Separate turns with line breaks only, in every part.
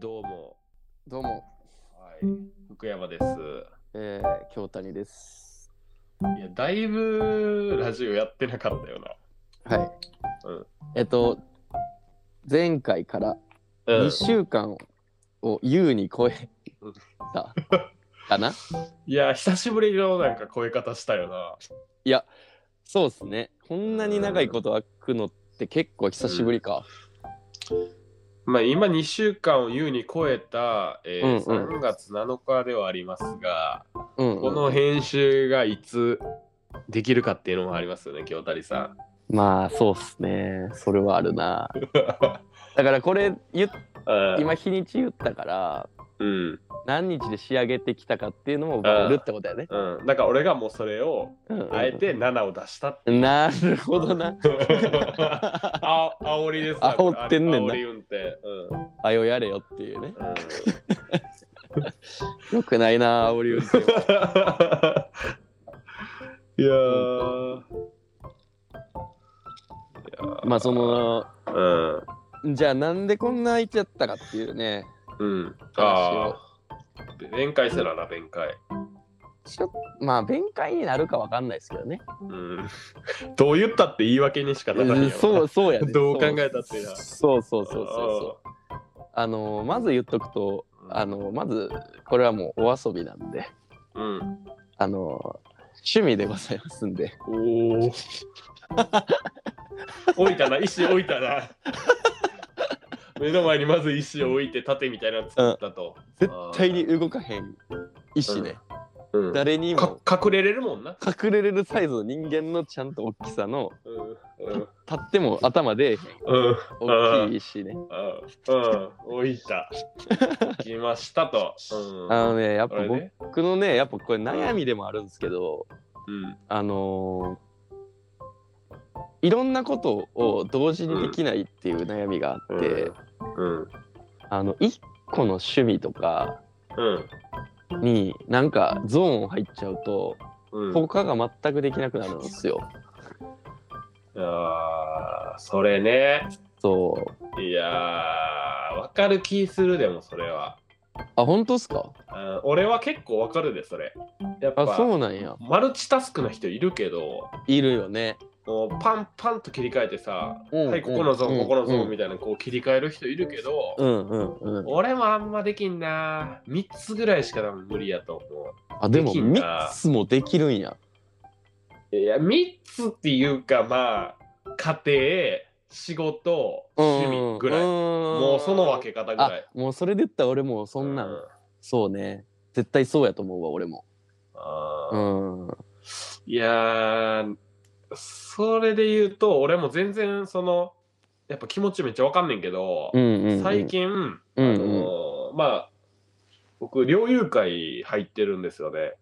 どうも。
どうも、
はい。福山です。
えー、京谷です。
いや、だいぶラジオやってなかったよ
はい。
うん
えっと、前回から
な。
2週間を優に超え
うん
たかな、
いや、久しぶりのなんか声方したよな。
そうですね。こんなに長いこと開くのって結構久しぶりか。
まあ、今2週間を優に超えた、えー
うんうん
3月7日ではありますが、
うん、うん
この編集がいつできるかっていうのもありますよね、京谷 さん。
まあ、そうっすね。それはあるな。だからこれ言っ、今日にち言ったから、
うん、
何日で仕上げてきたかっていうのも
ああ
バレるってことだよね。
うん。だから俺がもうそれを、
うんうん
あえて7を出したって
なるほどな。
あ煽りですな
煽ってんねんな
あ煽り運転。うん。
あよやれよっていうね。
うん、
よくな いな、煽り運転は。
いやー。
まあその
うん。
じゃあなんでこんな空いちゃったかっていうね
うん。
話を
ああ。弁解せなな、弁解。
ちょっとまあ弁解になるかわかんないですけどね
うん。どう言ったって言い訳にしかならないよな。
そうそうやね
どう考えたってな
そうそうそうそうそうあのまず言っとくと
うん
あのまずこれはもうお遊びなんで
うん。
あの趣味でございますんで
おお。置いたな、石置いたな。 目の前にまず石を置いて盾みたいなの作ったと。
絶対に動かへん意思ね、
うん
誰に
か
も
隠れれるもんな。
隠れれるサイズの人間のちゃんと大きさの
うん。うん。
立っても頭で
うん。
大きい石ね
うん。置いた。置きましたと。うん。
あのねやっぱ
これね。
僕のねやっぱこれ悩みでもあるんですけど、
うん。
あのーいろんなことを同時にできないっていう悩みがあって、
うん。
あの一個の趣味とか
うん。
になんかゾーン入っちゃうと
うん。
他が全くできなくなるんですよ。
ああ、それね。
そ
いやー、わかる気するでもそれは。
うあ本当ですか
うん俺は結構わかるで、それ。やっ
あそ
ぱ、
うなんや
マルチタスクな人いるけど、
いるよね。
もうパンパンと切り替えてさ、
うん
はい、ここのゾー
う
ン、
ん
ここのゾーンみたいな、こう切り替える人いるけど、
うんうんうん、
俺もあんまできんな3つぐらいしか多分無理やと思
あでも
できんな
3つもできるんや。
ういや3つっていうかまあ家庭仕事趣味ぐらいも
も
うその分け方ぐ
あ
らい
もうそれで言ったら俺もうそんなん、
うん
そうね絶対そうやと思うわ俺も。
あ
う
ー
ん
いやーそれで言うと俺も全然そのやっぱ気持ちめっちゃわかんねんけど、
うんうんうん、
最近、
うんうん
あのーまあ僕猟友会入ってるんですよね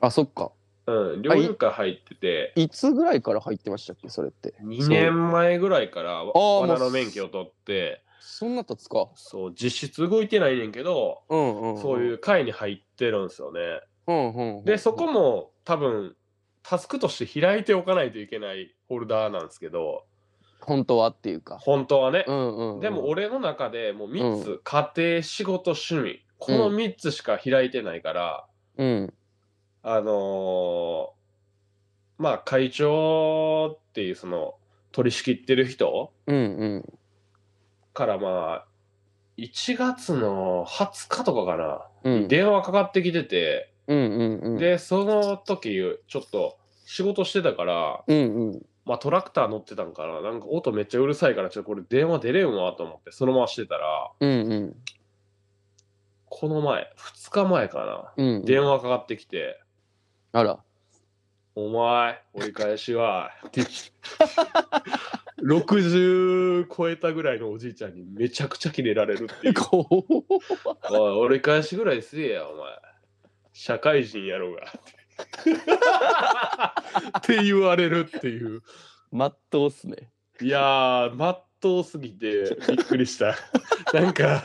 あそっか
うん猟友会入ってて
いつぐらいから入ってましたっけそれって
2年前ぐらいからわ
あー
罠
も
の
う
免許を取って
そんなたつか
そう実質動いてないねんけど、
うんうん、
そういうう会に入ってるんですよね。
うんうんうん、
でそこも多分タスクとして開いておかないといけないフォルダーなんですけど
本当はっていうか
本当はね、
うんうん、うん、
でも俺の中でもう3つ、
う
家庭仕事趣味この3つしか開いてないから、
うん
あのーまあ会長っていうその取り仕切ってる人
うんうん
からまあ1月の20日とかかな、
うん
電話かかってきてて、
うんうんうん
でその時ちょっと仕事してたから、
うんうん
まあ、トラクター乗ってたんかななんか音めっちゃうるさいからちょっとこれ電話出れんわと思ってそのまましてたら
うんうん
この前2日前かな、
うん
電話かかってきて
あら
「お前折り返しは」って60超えたぐらいのおじいちゃんにめちゃくちゃキレられるっていう
こう
おい、折り返しぐらいせえや、お前。社会人やろうが。って言われるっていう。
まっとうっすね
いやー、まっとうすぎてびっくりした。 なんか、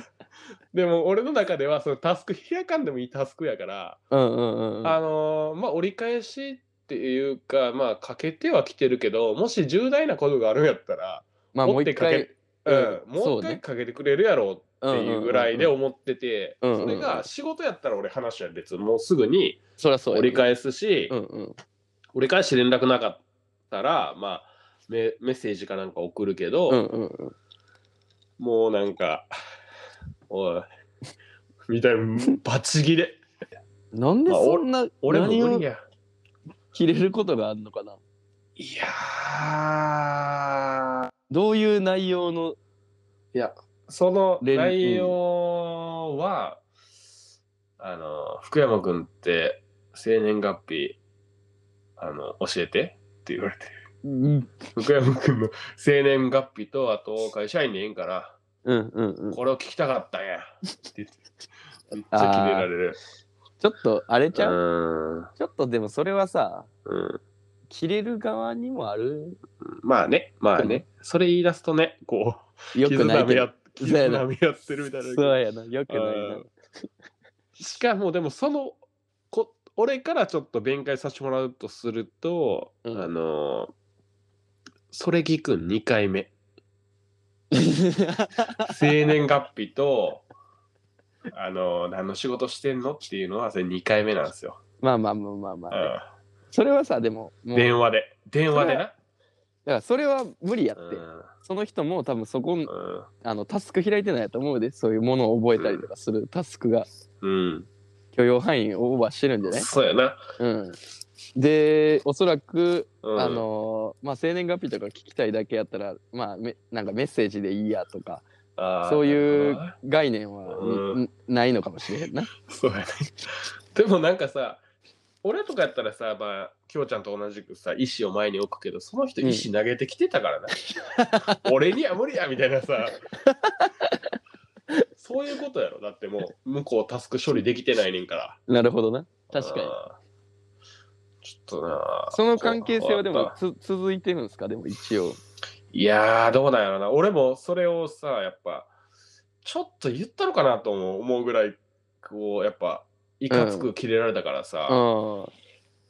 でも俺の中ではそのタスク開かんでもいいタスクやから、
うんうんうん
あのーまあ折り返しっていうか、まあかけてはきてるけど、もし重大なことがあるんやったら、
まあもう
折っ
一
てかけうん、
回うん
もう
そう
一
ね
回かけてくれるやろう、っていうぐらいで思ってて、
うんうんうん
それが仕事やったら俺話は別もうすぐに
そりゃそうや
折
ね
り返すし、
うんうん
折り返して連絡なかったらまあメメッセージかなんか送るけど、
うんうんうん
もうなんか「おい」みたいなバチギ レ
なんでそんな
俺も
何
無
を
理や
切れることがあるのかない
やー
どういう内容の
いやその
連
内容は、あの福山君って生年月日あの教えてって言われて
うん
福山君の生年月日とあと会社員でいいんかな
うんうん
これを聞きたかったんや。って言ってめっちゃキレられる。
ちょっとあれちゃう
う
ちょっとでもそれはさ
ーんうん
切れる側にもある
まあね、まあね、それ言い出すとね、こう、
よく
傷
ない
舐
け
め
ど
合っ傷舐め合ってるみたい
そ
な。
うやなよくな
う
いな
んしかも、でもそのこ、俺からちょっと弁解させてもらうとすると、
うん
あのー、それぎくん2回目。生年月日と、あのー、何の仕事してんのっていうのは、それ2回目なんですよ。
まあまあまあまあま
う
あ、
ん
それはさでももうだか
電話で。電話でな。
らそれは無理やって、
うん
その人も多分そこ
うん
あのタスク開いてないと思うでそういうものを覚えたりとかするタスクが
うん。
許容範囲をオーバーしてるんじゃない、
そうやな。
うん、でおそらく、
うん
あのーまあ生年月日とか聞きたいだけやったらまあめなんかメッセージでいいやとか
あー
そういう
なる
概念は、
うん
んないのかもしれへんな。
ほどそうやね。 でもなんかさ、俺とかやったらさ、まあ、きょうちゃんと同じくさ、石を前に置くけど、その人
うん
石投げてきてたからな。俺には無理やみたいなさ。そういうことやろ。だってもう、向こうタスク処理できてないねんから。
なるほどな確かに。
あー。ちょっとな。
その関係性はで
怖
も
かった
つ続いてるんですかでも一応。
いやー、どうなんやろな。俺もそれをさ、やっぱ、ちょっと言ったのかなとも思うぐらい、こう、やっぱ、いかつくキレられたから
う
さ、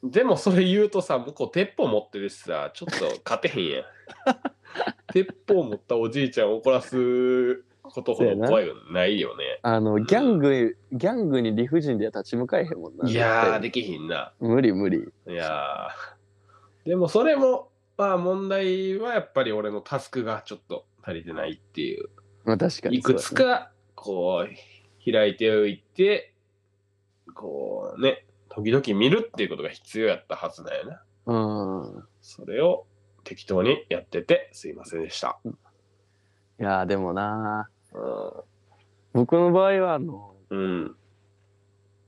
ん
でもそれ言うとさ、向こう鉄砲持ってるしさ、ちょっと勝てへん やん。鉄砲持ったおじいちゃんを怒らすことほど怖いのないよね。
あのギャングギャングに理不尽では立ち向かえへんもんな。
いやー、できひんな。
無理無理。
いやー。でもそれも、まあ問題はやっぱり俺のタスクがちょっと足りてないっていう。
まあ確かに
いくつかこう開いておいてこうね時々見るっていうことが必要やったはずだよな
そうやな。うん。
それを適当にやっててすいませんでした、
いやーでもな
う
僕の場合はあの
ん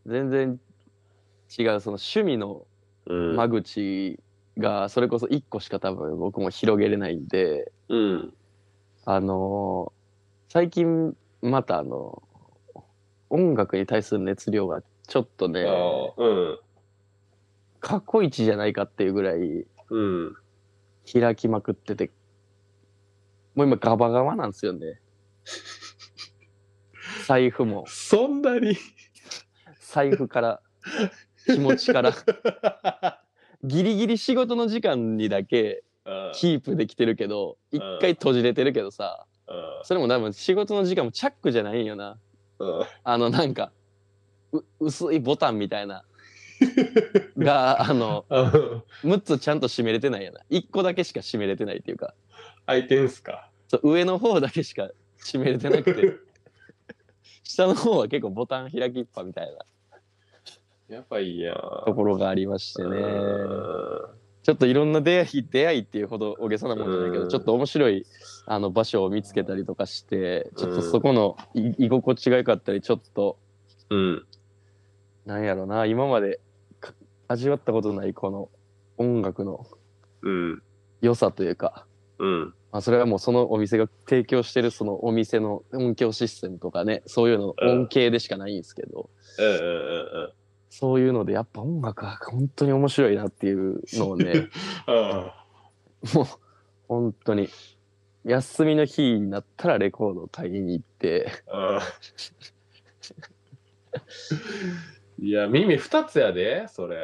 全然違うその趣味の
うん
間口がそれこそ1個しか多分僕も広げれないんで
うん
あのー最近またあの音楽に対する熱量がちょっと
あ
ね
ーうん
過去一じゃないかっていうぐらい
うん
開きまくっててもう今ガバガバなんです よね財布も
そんなに
財布から気持ちからギリギリ仕事の時間にだけ
うん
キープできてるけど
うん
一回閉じれてるけどさ
うん
それも多分仕事の時間もチャックじゃないんよな
うん
あのなんかう薄いボタンみた いながあの
うん
6つちゃんと閉めれてないよな1個だけしか閉めれてないっていうか
開いてんすか
そう上の方だけしか閉めれてな くて下の方は結構ボタン開きっぱみたいな
やばいやん
ところがありましてね
うん
ちょっといろんな出会い出会いっていうほど大げさなもんじゃないけ
う
ど
ん
ちょっと面白いあの場所を見つけたりとかしてちょっとそこのい居心地が良かったりちょっと
うん
なんやろな今までか味わったことないこの音楽の
うん
良さというか、
うん
まあ、それはもうそのお店が提供してるそのお店の音響システムとかねそういうの
うん
音系でしかないんですけど、
うんうんうん
そういうのでやっぱ音楽は本当に面白いなっていうのを ね
うん
もう本当に休みの日になったらレコードを買いに行って
うんいや耳二つやでそれ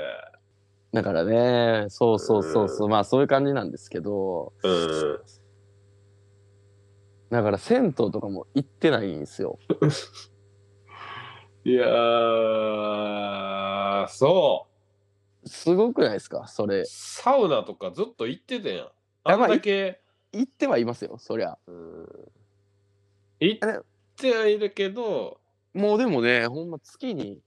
だからねそうそうそうそうまあそういう感じなんですけど
うん
だから銭湯とかも行ってないんですよ。
いやー、そ。
すごくないですかそうれ。
サウナとかずっと行ってたやん。
あ
あ
まあ
んだけ、
行ってはいますよ、そりゃ。
うん行ってはいるけど、
もうでもね、ほんま月に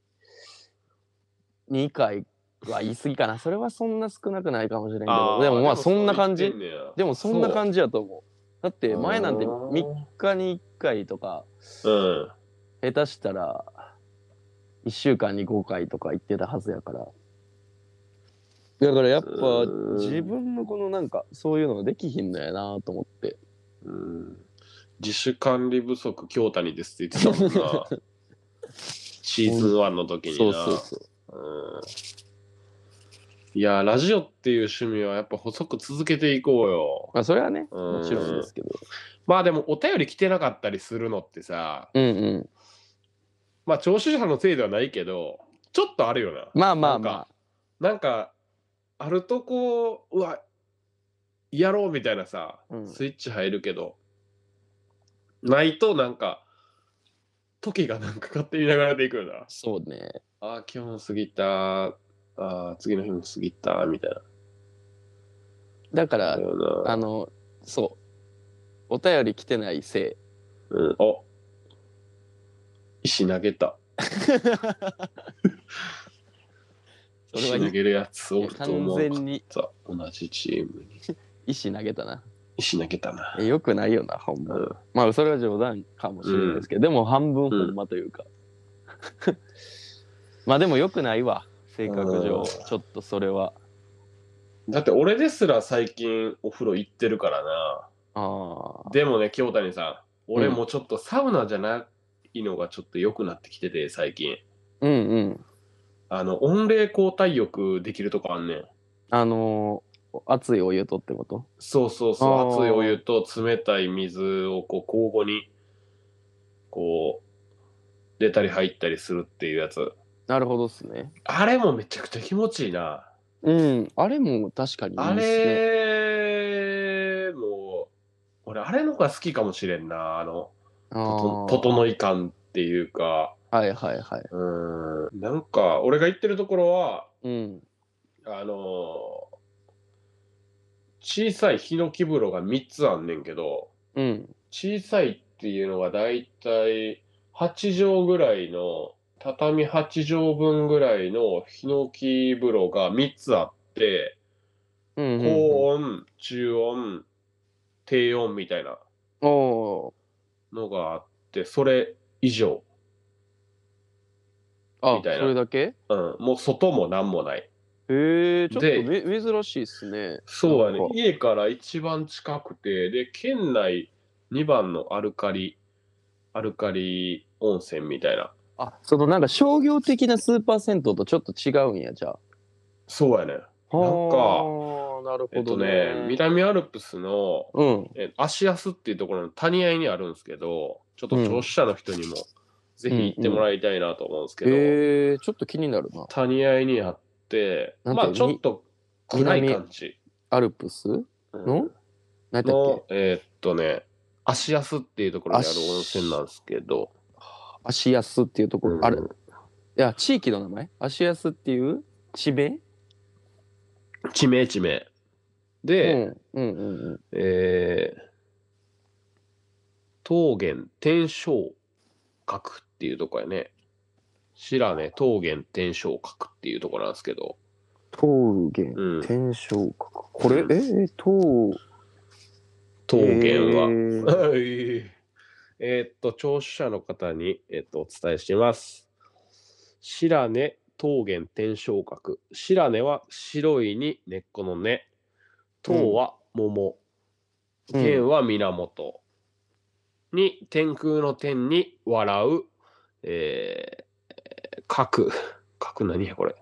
2回は言い過ぎかな。それはそんな少なくないかもしれんけ
あ
ど。
ー
でもまあ
で
そんな感
そう
じ
言っ。てんねや
でもそんな感じやと思う。だって前なんて
うーん
3日に1回とか、
うん。
下手したら1週間に5回とか行ってたはずやから。だからやっぱ
うーん
自分のこのなんかそういうのができひんのやなと思って。
うん自主管理不足京谷ですって言ってたもん なシーズン1の時
そ
に
う
な
そうそう。
うんいやラジオっていう趣味はやっぱ細く続けていこうよ
まあそれはね、
うーん
もちろんですけど。
まあでもお便り来てなかったりするのってさ
うんうん。
まあ聴取者のせいではないけどちょっとあるよな
まあま
な
あ
ん
ま
かなんかあるとこうわやろうみたいなさ、
うん
スイッチ入るけどないとなんか時がなんか勝手に流れていくよな
あ。そうね。
あー今日も過ぎたあー次の日も過ぎたみたいな
だか
あ
ら
る、よな
あの、そう。お便り来てないせ
うん、お石投げた
い。 そ
石
れ
投
は
げるやつをと
完
思うかっ
全に
た同じチームに
石投げたな。
石投げたな、
えよくないよな、ほん
う
ま。
ん、
まあ、それは冗談かもしれないですけど、でも半分ほんまというか。 まあ、でもよくないわ、性格
う
上。
ん
ちょっとそれは。
だって俺ですら最近お風呂行ってるからな
ああ。
でもね、京谷さん、俺もちょっとサウナじゃないのがちょっと良くなってきてて、最近。
うんうん。
あの、温冷交代浴できるとこあんねん。
あのー熱いお湯とってこと
そうそうそ
あー
う、熱いお湯と冷たい水をこう交互に、こう、出たり入ったりするっていうやつ。
なるほどっすね。
あれもめちゃくちゃ気持ちいいな。
うん。あれも確かにい
あ
いっすね。
れ、もう、俺、あれの方が好きかもしれんな。あの、
あ
と
ー
と整い感っていうか。
はいはいはい。
うんなんか俺が行ってるところは
うん。
あのー小さいヒノキ風呂が3つあんねんけど
うん。
小さいっていうのがだいたい8畳ぐらいの畳8畳分ぐらいのヒノキ風呂が3つあって
うんうんうん
高温中温低温みたいな
お
のがあってそれ以上、
ーあ
みたいな
それだけ
うん、もう外も何もない。
へえちょっと
で
め珍しいっすね
そうやね
なんか
家から一番近くてで県内2番のアルカリアルカリ温泉みたいな
あそのなんか商業的なスーパー銭湯とちょっと違うんやじゃあ
そうやね
あーなる
え
ほ
っと
ど
ね
ね,、
南アルプスの
うん
え芦安っていうところの谷合にあるんですけどちょっと聴取者の人にもぜひ行ってもらいたいなと思うんですけど、
へえちょっと気になるな
谷合にあって
なん
ま
て
あちょっと暗い感じ
アルプスの何だっけ
のえっとね芦安っていうところにある温泉なんですけど、
芦安っていうところ、あるいや地域の名前芦安っていう地名
地名地名で、
うんうんうんうん
えー、桃源天正閣っていうとこやね白根桃源天正閣っていうとこなんですけど、
桃源
うん、
天正閣これ
うん
ええ東
桃源は、
は
えーっと聴取者の方に、えーっとお伝えします白根桃源天正閣白根は白いに根っこの根桃は桃、
うん
天は源、に天空の天に笑う、えー、角角何やこれ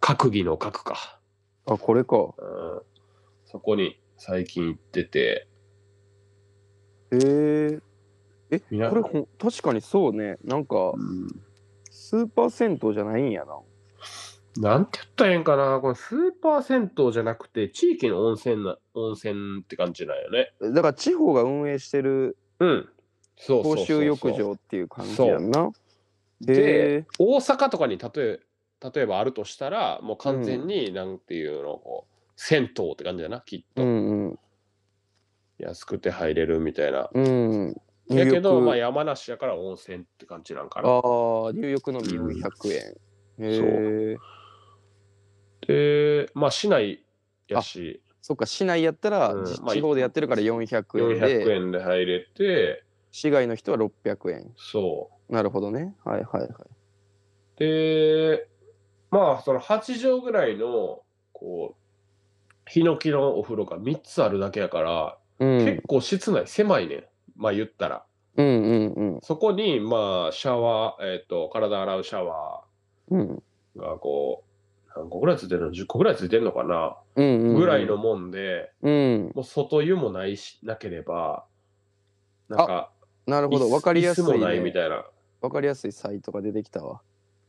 閣議の角か、
あこれか
うん、そこに最近行ってて
へええこ
みん
れ
な
ほん確かにそうねなんか
うん
スーパー銭湯じゃないんやな
なんて言ったらええんかな、このスーパー銭湯じゃなくて、地域の温泉な、温泉って感じなんよね。
だから地方が運営してる
うん。そうそうそ
公
うそう
衆浴場っていう感じやんな。
で
で、
大阪とかに例え例えばあるとしたらもう完全になんていうの、こう銭湯って感じだなきっと、
うん
安くて入れるみたいな
うんうん。
やけど、まあ、
あ
山梨やから温泉って感じなんか
あ
な
ー入浴のみ400円。へえ。
でまあ市内やし
そっか市内やったら、
うん
じ
まあ
地方でやってるから400円で
400円で入れて
市外の人は600円。
そ
なるほどね。はいはいはい。
うでまあその8畳ぐらいのこうヒノキのお風呂が3つあるだけやから、
うん
結構室内狭いねんまあ言ったら
うんうん
そこに、まあ、シャワー、えっ、と、体洗うシャワ
うんうん
ーが、こう、何個ぐらいついてるの ?10 個ぐらいついてるのかな、
うんうん
ぐらいのもんで、
うん
もう外湯もないし、なければ、なんか、
なるほ
椅
ど
子
わかりやすい,、
椅子もないみ
ね、
たいな。
わかりやすいサイトが出てきたわ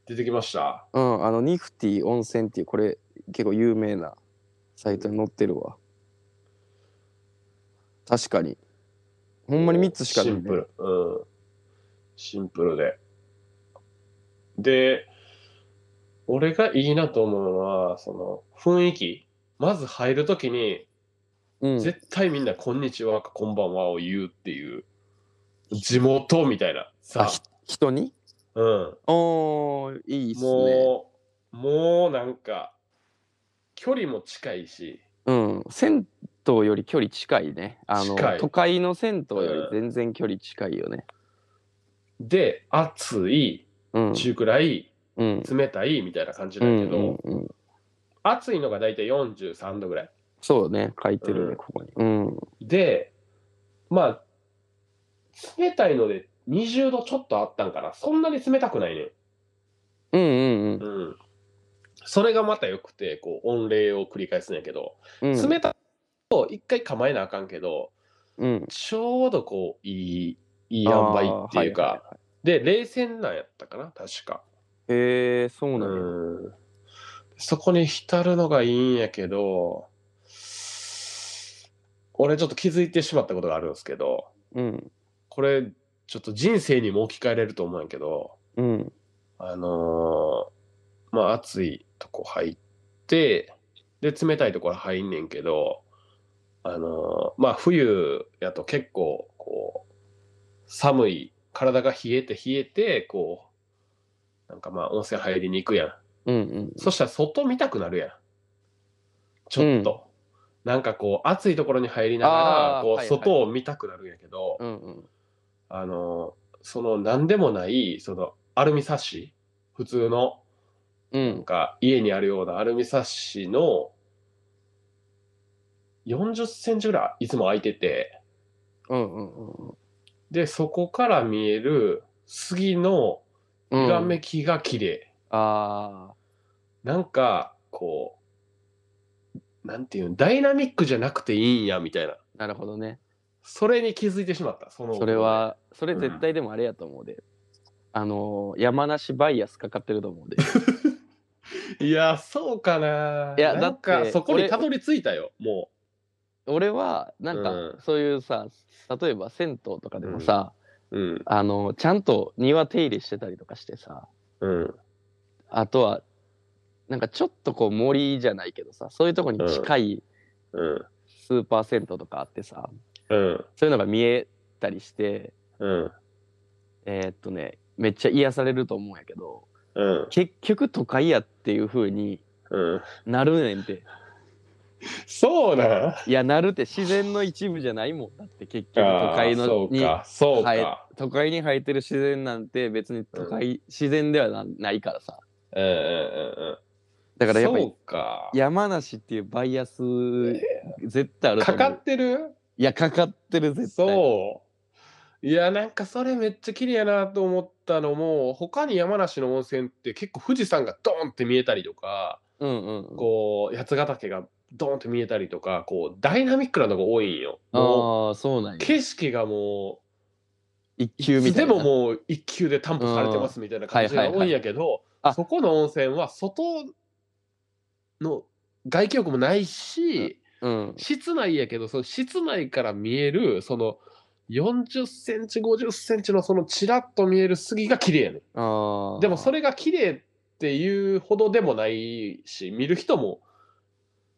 出てきました。
うんあのニフティ温泉っていうこれ結構有名なサイトに載ってるわ確かにほんまに3つしかな
シ
い、ね、
ンプル。うん。シンプルで。で、俺がいいなと思うのは、その、雰囲気。まず入るときに、
うん、
絶対みんな「こんにちは」か「こんばんは」を言うっていう地元みたいな
あ
さ、
ひ人に
うん、
おーいいっすね
もうもうなんか距離も近いし
うん銭湯より距離近いねあの
近い
都会の銭湯より全然距離近いよね
で暑い
うん
中くらい
うん
冷たいみたいな感じだ
う
け
ん
ど、
うんうん
暑いのが大体43度ぐらい
そうね書いてるね、
うん
ここにうん
でまあ冷たいので20度ちょっとあったんかなそんなに冷たくないね
うんうん
うんそれがまたよくてこう御礼を繰り返すんやけど
うんうん
冷たいと一回構えなあかんけど
うん
ちょうどこういいいい塩梅っていうか、
あーははは
で冷戦なんやったかな確か、
へえそうなんや
うんそこに浸るのがいいんやけど俺ちょっと気づいてしまったことがあるんですけど
うん
これちょっと人生にも置き換えれると思うんやけど
うん
あのーまあ暑いとこ入ってで冷たいところ入んねんけどあのーまあ冬やと結構こう寒い体が冷えて冷えてこうなんかまあ温泉入りに行くやん
うんうん
そしたら外見たくなるやんちょっと、なんかこう暑いところに入りながら
あー
こ
は
う
いはい
外を見たくなるんやけど、
うんうん
あのその何でもないそのアルミサッシ普通の
う
なん
ん
か家にあるようなアルミサッシの40センチぐらいいつも空いてて
うんうん
でそこから見える杉の
う
揺
ん
らめきが綺麗、
あ
なんかこうなんていうのダイナミックじゃなくていいんやみたいな
ーなるほどね
それに気づいてしまったその
それはそれ絶対でもあれやと思うであのー山梨バイアスかかってると思うで
いやそうかない
いや
なんか
だって
そこに
俺
たどり着いたよも
俺はなん
うん
かそういうさ例えば銭湯とかでもさ
ううん
あのーちゃんと庭手入れしてたりとかしてさ
うん
あとはなんかちょっとこう森じゃないけどさそういうとこに近い
うん
スーパー銭湯とかあってさ
うん
そういうのが見えたりして
うん
えーっとねめっちゃ癒されると思うんやけど
うん
結局都会やっていう風に
うん
なるねんて
そうなん
いやなるって自然の一部じゃないもんだって結局都会
あーそ
の
う
に
かそうか、
はい都会に生えてる自然なんて別に都会、自然ではなないからさ
うんうんうんうん
だからやっぱ
そ
り
うか
山梨っていうバイアス絶対あると
か
思う
かってる
いやかかってる絶対
そういやなんかそれめっちゃ綺麗やなと思ったのも他に山梨の温泉って結構富士山がドーンって見えたりとか
う、うんうんうん、
こう八ヶ岳がドーンって見えたりとかこうダイナミックなのが多いんよも
ああそうなん
う
や
景色がもう
一
い
級み
つ
た
で
いな
ももう一級で担保されてますみたいな感じが多いんやけど、
うんはいはいはい
そこの温泉は外の外気浴もないし、
うん。
室内やけどその室内から見えるその40センチ50センチのそのちらっと見える杉が綺麗やね
ああ。
んでもそれ
れ。
が綺麗っていうほどでもないし見る人も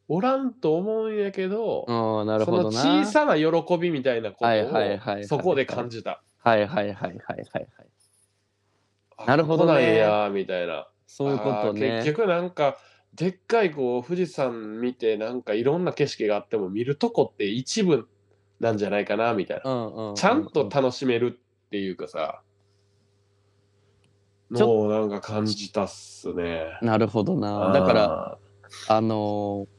おらんと思うんやけど
ああ、なる
そ
ほ
の
どな。
小さな喜びみたいなこと
はいはいはいはい
をそこで感じた。
はいはいはいはいはいはい。
あ
なるほどね
ここなんやみたいな。
そういうこと
あー
ね。
結局なんかでっかいこう富士山見てなんかいろんな景色があっても見るとこって一部なんじゃないかなみたいな。
うんうんうう
ちゃんと楽しめるっていうかさ。
ちょ
のをなんか感じたっすね。
なるほどな。だから、あのー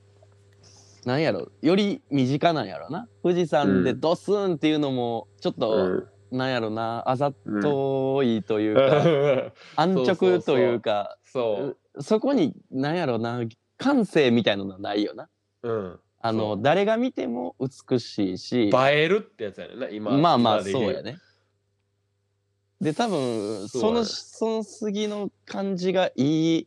なんやろ、より身近なんやろな。富士山でドスンっていうのも、ちょっ
あー、
と、なんやろな、あざ
うん
といというか、
うん
安直というか、
そう
そこに、なんやろな、感性みたいなのはないよな。
う。うん。
あの
そ
誰が見ても美しいし、
映えるってやつやねんな今
まあまあ
今で言
そうやね。で多分
そ
その
うやね
その杉の感じがいい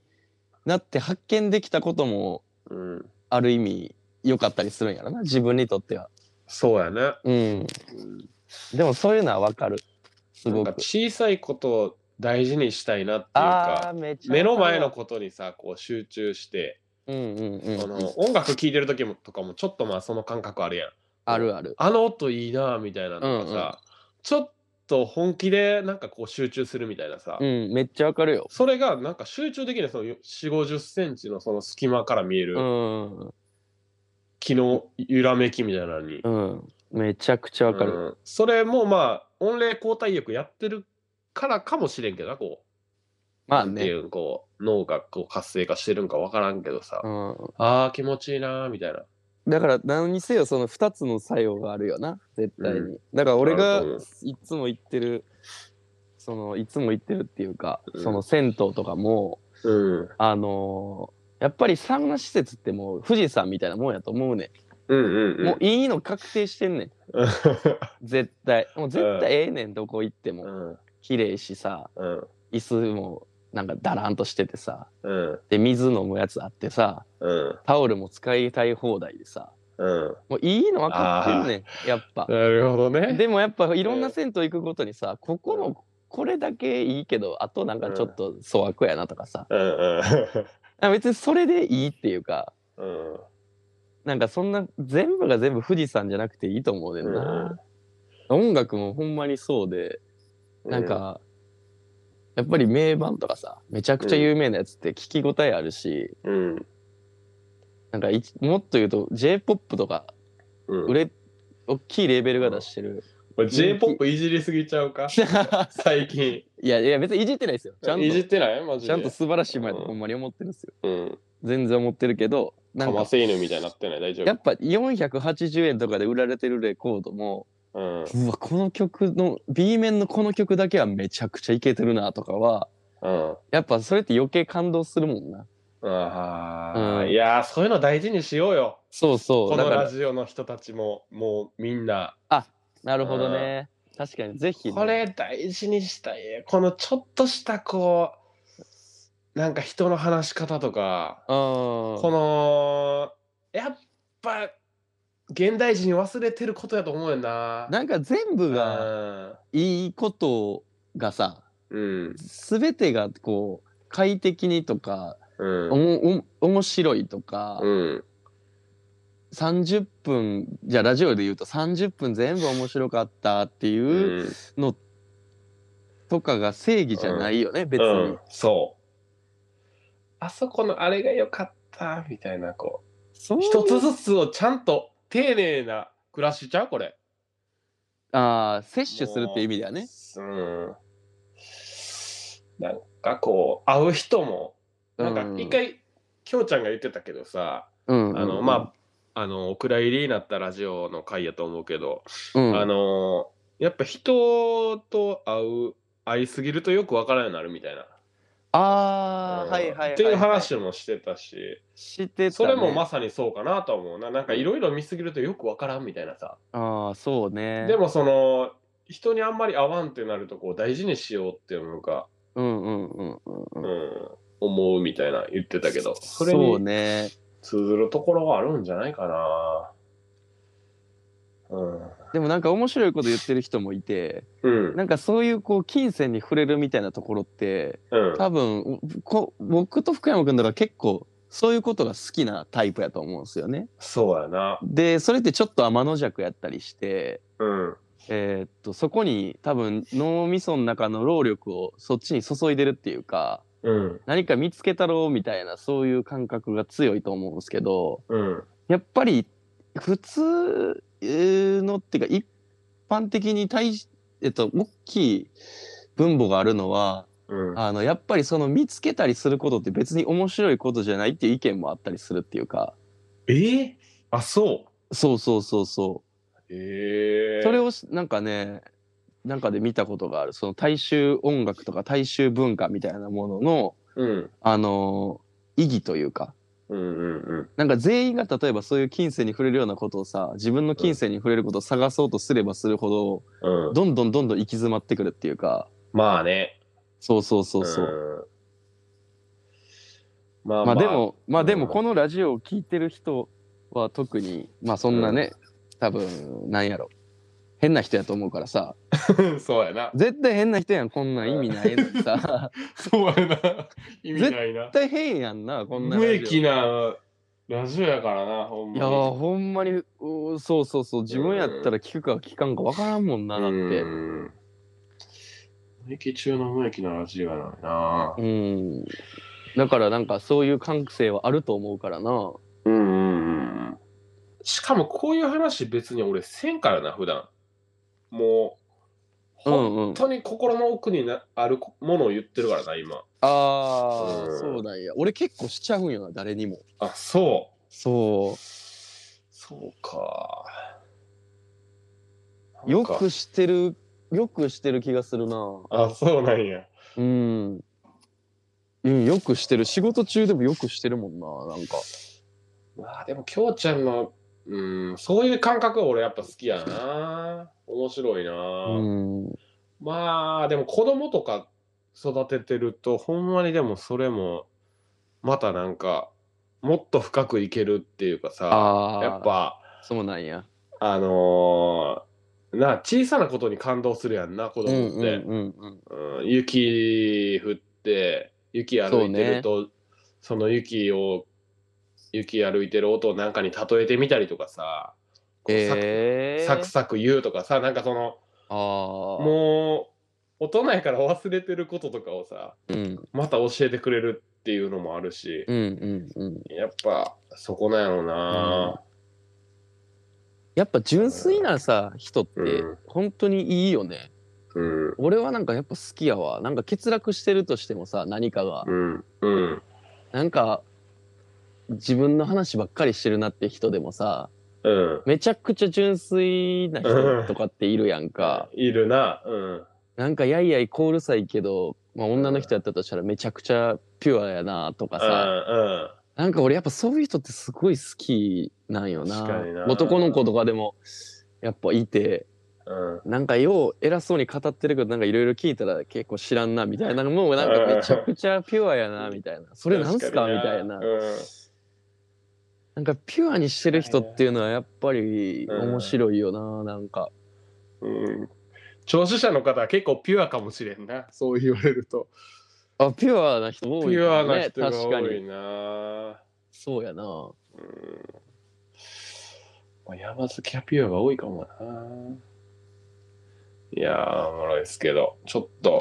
なって発見できたことも
うん
ある意味良かったりするんやろな自分にとっては。
そうやね
うん、でもそういうのはわかるす
なん
ご
か
く。
小さいことを大事にしたいなっていう
あ
か
ーめちゃ
目の前のことにさこう集中して、あ
うんうんうんうん
の音楽聴いてる時もとかもちょっとまあその感覚あるやん
あるある。
あの音いいなみたいなのとかさ、
うんうん
ちょっと本気でなんかこう集中するみたいなさ、
うんめっちゃわかるよ。
それがなんか集中できないその4 5 0センチのその隙間から見え
う
る
ん
気の揺らめきみたいなのに
うんめちゃくちゃわかる。
うんそれもまあ音霊交代浴やってるからかもしれんけどなこう、
まあ
なんてい
ね。
うこう脳がこう活性化してるんかわからんけどさ、
うん
あー気持ちいいなーみたいな
だから何にせよその2つの作用があるよな絶対に、
う
だから俺
な
が
るほど
いつも言ってるそのいつも言ってるっていうか、
うん
その銭湯とかも
うん
あのーやっぱりサウナ施設ってもう富士山みたいなもんやと思うね
うんうん
ん、もういいの確定してんねん絶対もう絶対ええねんどこ行って
う
も
ん
綺麗しさ
うん
椅子もなんかだらんとしててさ
うん
で水飲むやつあってさ
うん
タオルも使いたい放題でさ
うん
もういいの分かってんねんやっぱ
なるほどね
でもやっぱいろんな銭湯行くごとにさここのこれだけいいけどあとなんかちょっと粗悪やなとかさ
うん
別にそれでいいっていうか
うん
なんかそんな全部が全部富士山じゃなくていいと思うねんな、音楽もほんまにそうで
う
なんか、やっぱり名盤とかさめちゃくちゃ有名なやつって聞き応えあるし、
うん
なんかいちもっと言うと j p o p とか
うん
売れ大きいレーベルが出してる、
これ J−POP いじりすぎちゃうか 最近
いやいや別にいじってないですよちゃんと
いじってないマジで
ちゃんと素晴らしいもんやとほんまに思ってるんですよ
うん
全然思ってるけどな
か
ん
ま
か
せ犬みたいになってない大丈
やっぱ480円とかで売られてるレコードも
夫うん
うわこの曲の B 面のこの曲だけはめちゃくちゃイケてるなとかは
うん
やっぱそれって余計感動するもんな
ああ、
うん
いやーそういうの大事にしようよ
そうそ
こ
うだ
の
か
ラ
ら
ジオの人たちももうみんな
なるほどね確かにぜひね、
これ大事にしたいこのちょっとしたこうなんか人の話し方とか、
うん
このやっぱ現代人忘れてることやと思うよな。
なんか全部がいいことがさ
うん
全てがこう快適にとか
うん
おもおも面白いとか、
うん
30分じゃあラジオで言うと30分全部面白かったって
う
いうんのとかが正義じゃないよね、別に、
うんそうあそこのあれが良かったみたいなこ
そうう
一つずつをちゃんと丁寧な暮らしちゃうこれ。
ああ摂取するっていう意味だよね
うん。なんかこう会う人もなんか一回きょうちゃんが言ってたけどさ、
うんうん
あのまああのお蔵入りになったラジオの回やと思うけど、
うん
あのやっぱ人と会う会いすぎるとよくわからんようになるみたいな。
あー、
うん
はいはいはい、
っていう話もしてたし
してた、ね、
それもまさにそうかなとは思うななんかいろいろ見すぎるとよくわからんみたいなさ、
ああそうね
でもその人にあんまり会わんってなるとこう大事にしようっていうのが
うんうんうんうんうん
うん、思うみたいな言ってたけどそれ
そう
に
ね
通ずるところがあるんじゃないかな。うん。
でもなんか面白いこと言ってる人もいて
うん。
なんかそういうこう金銭に触れるみたいなところって
うん。
多分こ僕と福山君だから結構そういうことが好きなタイプやと思うんですよね。
そうやな。
でそれってちょっと天の弱やったりして
うん。
えーっとそこに多分脳みその中の労力をそっちに注いでるっていうか
うん。
何か見つけたろうみたいなそういう感覚が強いと思うんですけど
うん。
やっぱり普通えーのっていうか一般的に大し、えっと、大きい分母があるのは
うん。
あのやっぱりその見つけたりすることって別に面白いことじゃないっていう意見もあったりするっていうか
えーあ、そ
そうそうそうそう
う。ええ
それをしなんかねなんかで見たことがあるその大衆音楽とか大衆文化みたいなものの、
うん。
あのー意義というか
うんうんうん。
なんか全員が例えばそういう金銭に触れるようなことをさ自分の金銭に触れることを探そうとすればするほ
うん
どどんどんどんどん行き詰まってくるっていうか
まあね。
そうそうそうそう。
うん。まあ、
まあでもまあで
う
も
ん
このラジオを聞いてる人は特にまあそんなね多分なんやろ変な人やと思うからさ
そうやな。
絶対変な人やんこんなん意味ないのにさ。
そうやな。意味ないな
絶。対変やんなこんな
無
ラジオ
益なラジオやからな、ほん
い
ま
や
に。
ーほんまにうーそうそうそう自分やったら聞くか聞かんかわからんもんなだって
うん無益中の無益なラジオやのにな。
うんだからなんかそういう感性はあると思うからな
うんうんうん。しかもこういう話別に俺せんからな、普段。もう、
うんう
本
ん
当に心の奥になあるものを言ってるからな、今。
あ
うん
ーそうなんや俺結構しちゃうんよな誰にも
あ、そう。
そ
そうか。
うよくしてるよくしてる気がするな
あ、そうなんや。
うんうんよくしてる仕事中でもよくしてるもんななんか
まあでも、きょうちゃんの、うん、そういう感覚は俺やっぱ好きやな。面白いな。
うん
まあでも子供とか育ててると、ほんまにでもそれも、またなんか、もっと深くいけるっていうかさ、
ああ
やっぱ、
そうなんや
あのーな小さなことに感動するやんな子供
う
って、
んうんうんうん
うん雪降って雪歩いてるとそ,、の雪を雪歩いてる音をなんかに例えてみたりとかさ、こうサク
ええー、
サクサク言うとかさなんかその
ああ
もう大人やから忘れてることとかをさ
う、うん、
また教えてくれるっていうのもあるし
うんうんうん
やっぱそこなんやろうな、
やっぱ純粋なさ人って
うん
本当にいいよね、
うん、うん
俺はなんかやっぱ好きやわなんか欠落してるとしてもさ何かが、
うんうん
なんか自分の話ばっかりしてるなって人でもさ
うん
めちゃくちゃ純粋な人とかっているやんか、
いるなうん
なんかやいやいコールさいけど、まあ、女の人やったとしたらめちゃくちゃピュアやなとか
うん
さ、
うん
なんか俺やっぱそういう人ってすごい好きなんよ
確かにな
な男の子とかでもやっぱいて
うん
なんかよう偉そうに語ってるけどなんかいろいろ聞いたら結構知らんなみたいなもうなんかめちゃくちゃピュアやなみたいなそれなんすかみたいな
う
なんかピュアにしてる人っていうのはやっぱり面白いよななんか
んうん、聴取者の方は結構ピュアかもしれんなそう言われると
あピュアな人
ピ
多い
ュ
か
ア
も
な
ね
人が
確か
多い
に
な、
そうやな
うんまあ、山好きはピュアが多いかもないやーおもろいですけどちょっと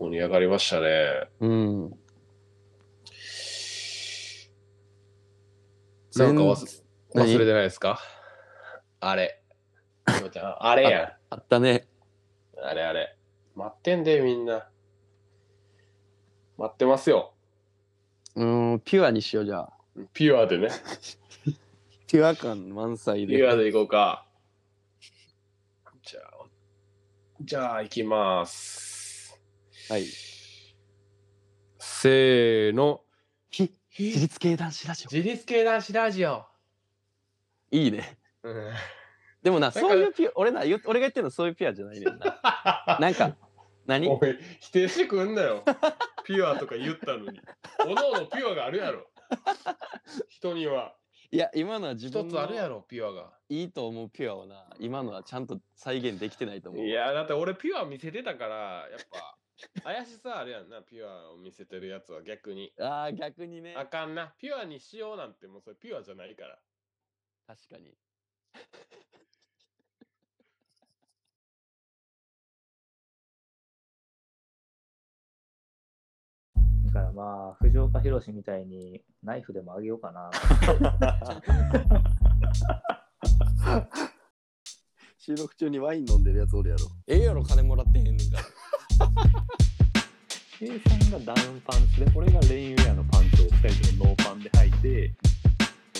盛り上がりましたね
うん
なんか
全
忘れ忘れてないですかあれひよちゃ んあれやん
あったね
あれあれ。待ってんで、みんな。待ってますよ。
うんピュアにしようじゃあ
ピュアでね。
ピュア感満載
ピュ
で
アでいこうか。じゃあ、じゃあ、行きます。
はい
せーの。
ひ自立系男子ラジオ
自立系男子ラジオ。
いいね
うん、
でもな
か
そういうピュア俺な言う俺が言ってるのはそういうピュアじゃないねんな なんか、何
おい、否定してくんなよ。ピュアとか言ったのに。おのおのピュアがあるやろ。人にはい
や今のは自
一
分
つあるや
の
ろピュアが
いいと思うピュアをな今のはちゃんと再現できてないと思う
いやだって俺ピュア見せてたからやっぱ怪しさあるやんなピュアを見せてるやつは逆に
あー逆にね
あかんなピュアにしようなんてもうそれピュアじゃないから
確かに
だからまあ、藤岡弘みたいにナイフでもあげようか な。
収録中にワイン飲んでるやつおるやろ。
ええやろ金もらってへんねんから
計算がダウンパンツで俺がレインウェアのパンツを2人ともノーパンで履いて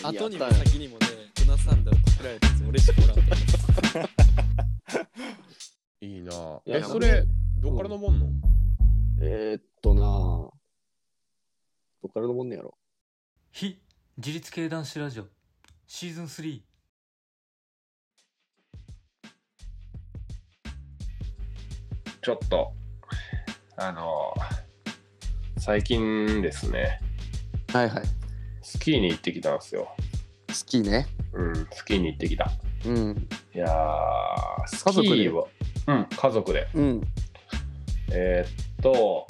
後に
や
も
ったんや
先にもね、うなサンダルパクられたやつ俺しかおらんから。
いいなあ
や
えそれどっから飲もんの、
えー、っとなあどっからのもんねやろ。
非自立系男子ラジオシーズン3
ちょっとあの最近ですね
はいはい。
スキーに行ってきたんですよ
スキーね。
うんスキーに行ってきた
うん。
いやース
族で
キーはうん家族で
うん。
えーっと、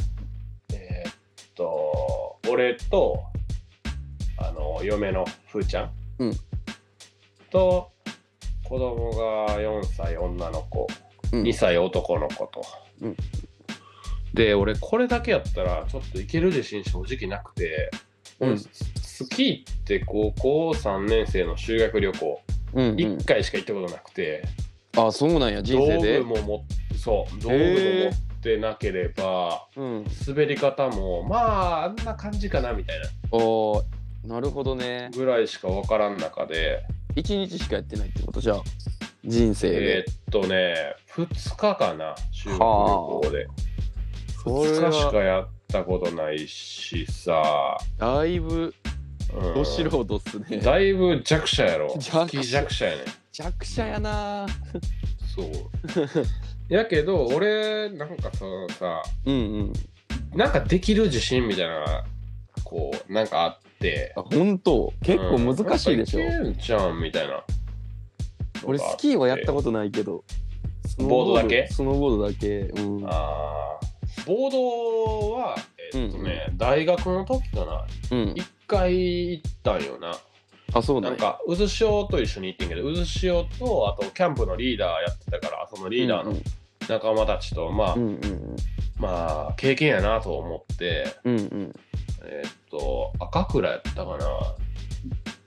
えーっと、俺と、あの、嫁のふーちゃん、
うん
と、子供が4歳女の子、
うん
2歳男の子と。
うん
で、俺、これだけやったら、ちょっといける自信正直なくて、
うん
ススキーって高校3年生の修学旅行、
うん、うん
1回しか行ったことなくて、
あ、そうなんや、人生で
道具。も持ってそう道具も持
へー
ってなければ
うん。
滑り方もまああんな感じかなみたいな
おーなるほどね。
ぐらいしか分からん中で
一日しかやってないってことじゃあ。人生
え
で。
ーっとね2日かな修学旅行で
それ
2日しか
は
やったことないしさ、
だいぶ
うん
ど素人っすね。
だいぶ弱者やろ
弱者
好き弱者やね
弱者やな。
そう やけど俺なんかそのさ
うんうん。
なんかできる自信みたいなのがこうなんかあって
あ、本当。結構難しいでし
う
ょ。
んなんかいけんちゃうんみたいな。
俺スキーはやったことないけど。スノ
ボードだけ
スノーボードだけ。うん。
あーボードは、えっとね、大学の時かな。
うん。
一回行ったんよな。
あ、そうな
なんん
や。
か、渦潮と一緒に行ってんけど、渦潮と、あと、キャンプのリーダーやってたから、そのリーダーの仲間たちと、まあ、
うんうん
まあ、経験やなと思って、
うんうんうん
えっと、赤倉やったかな。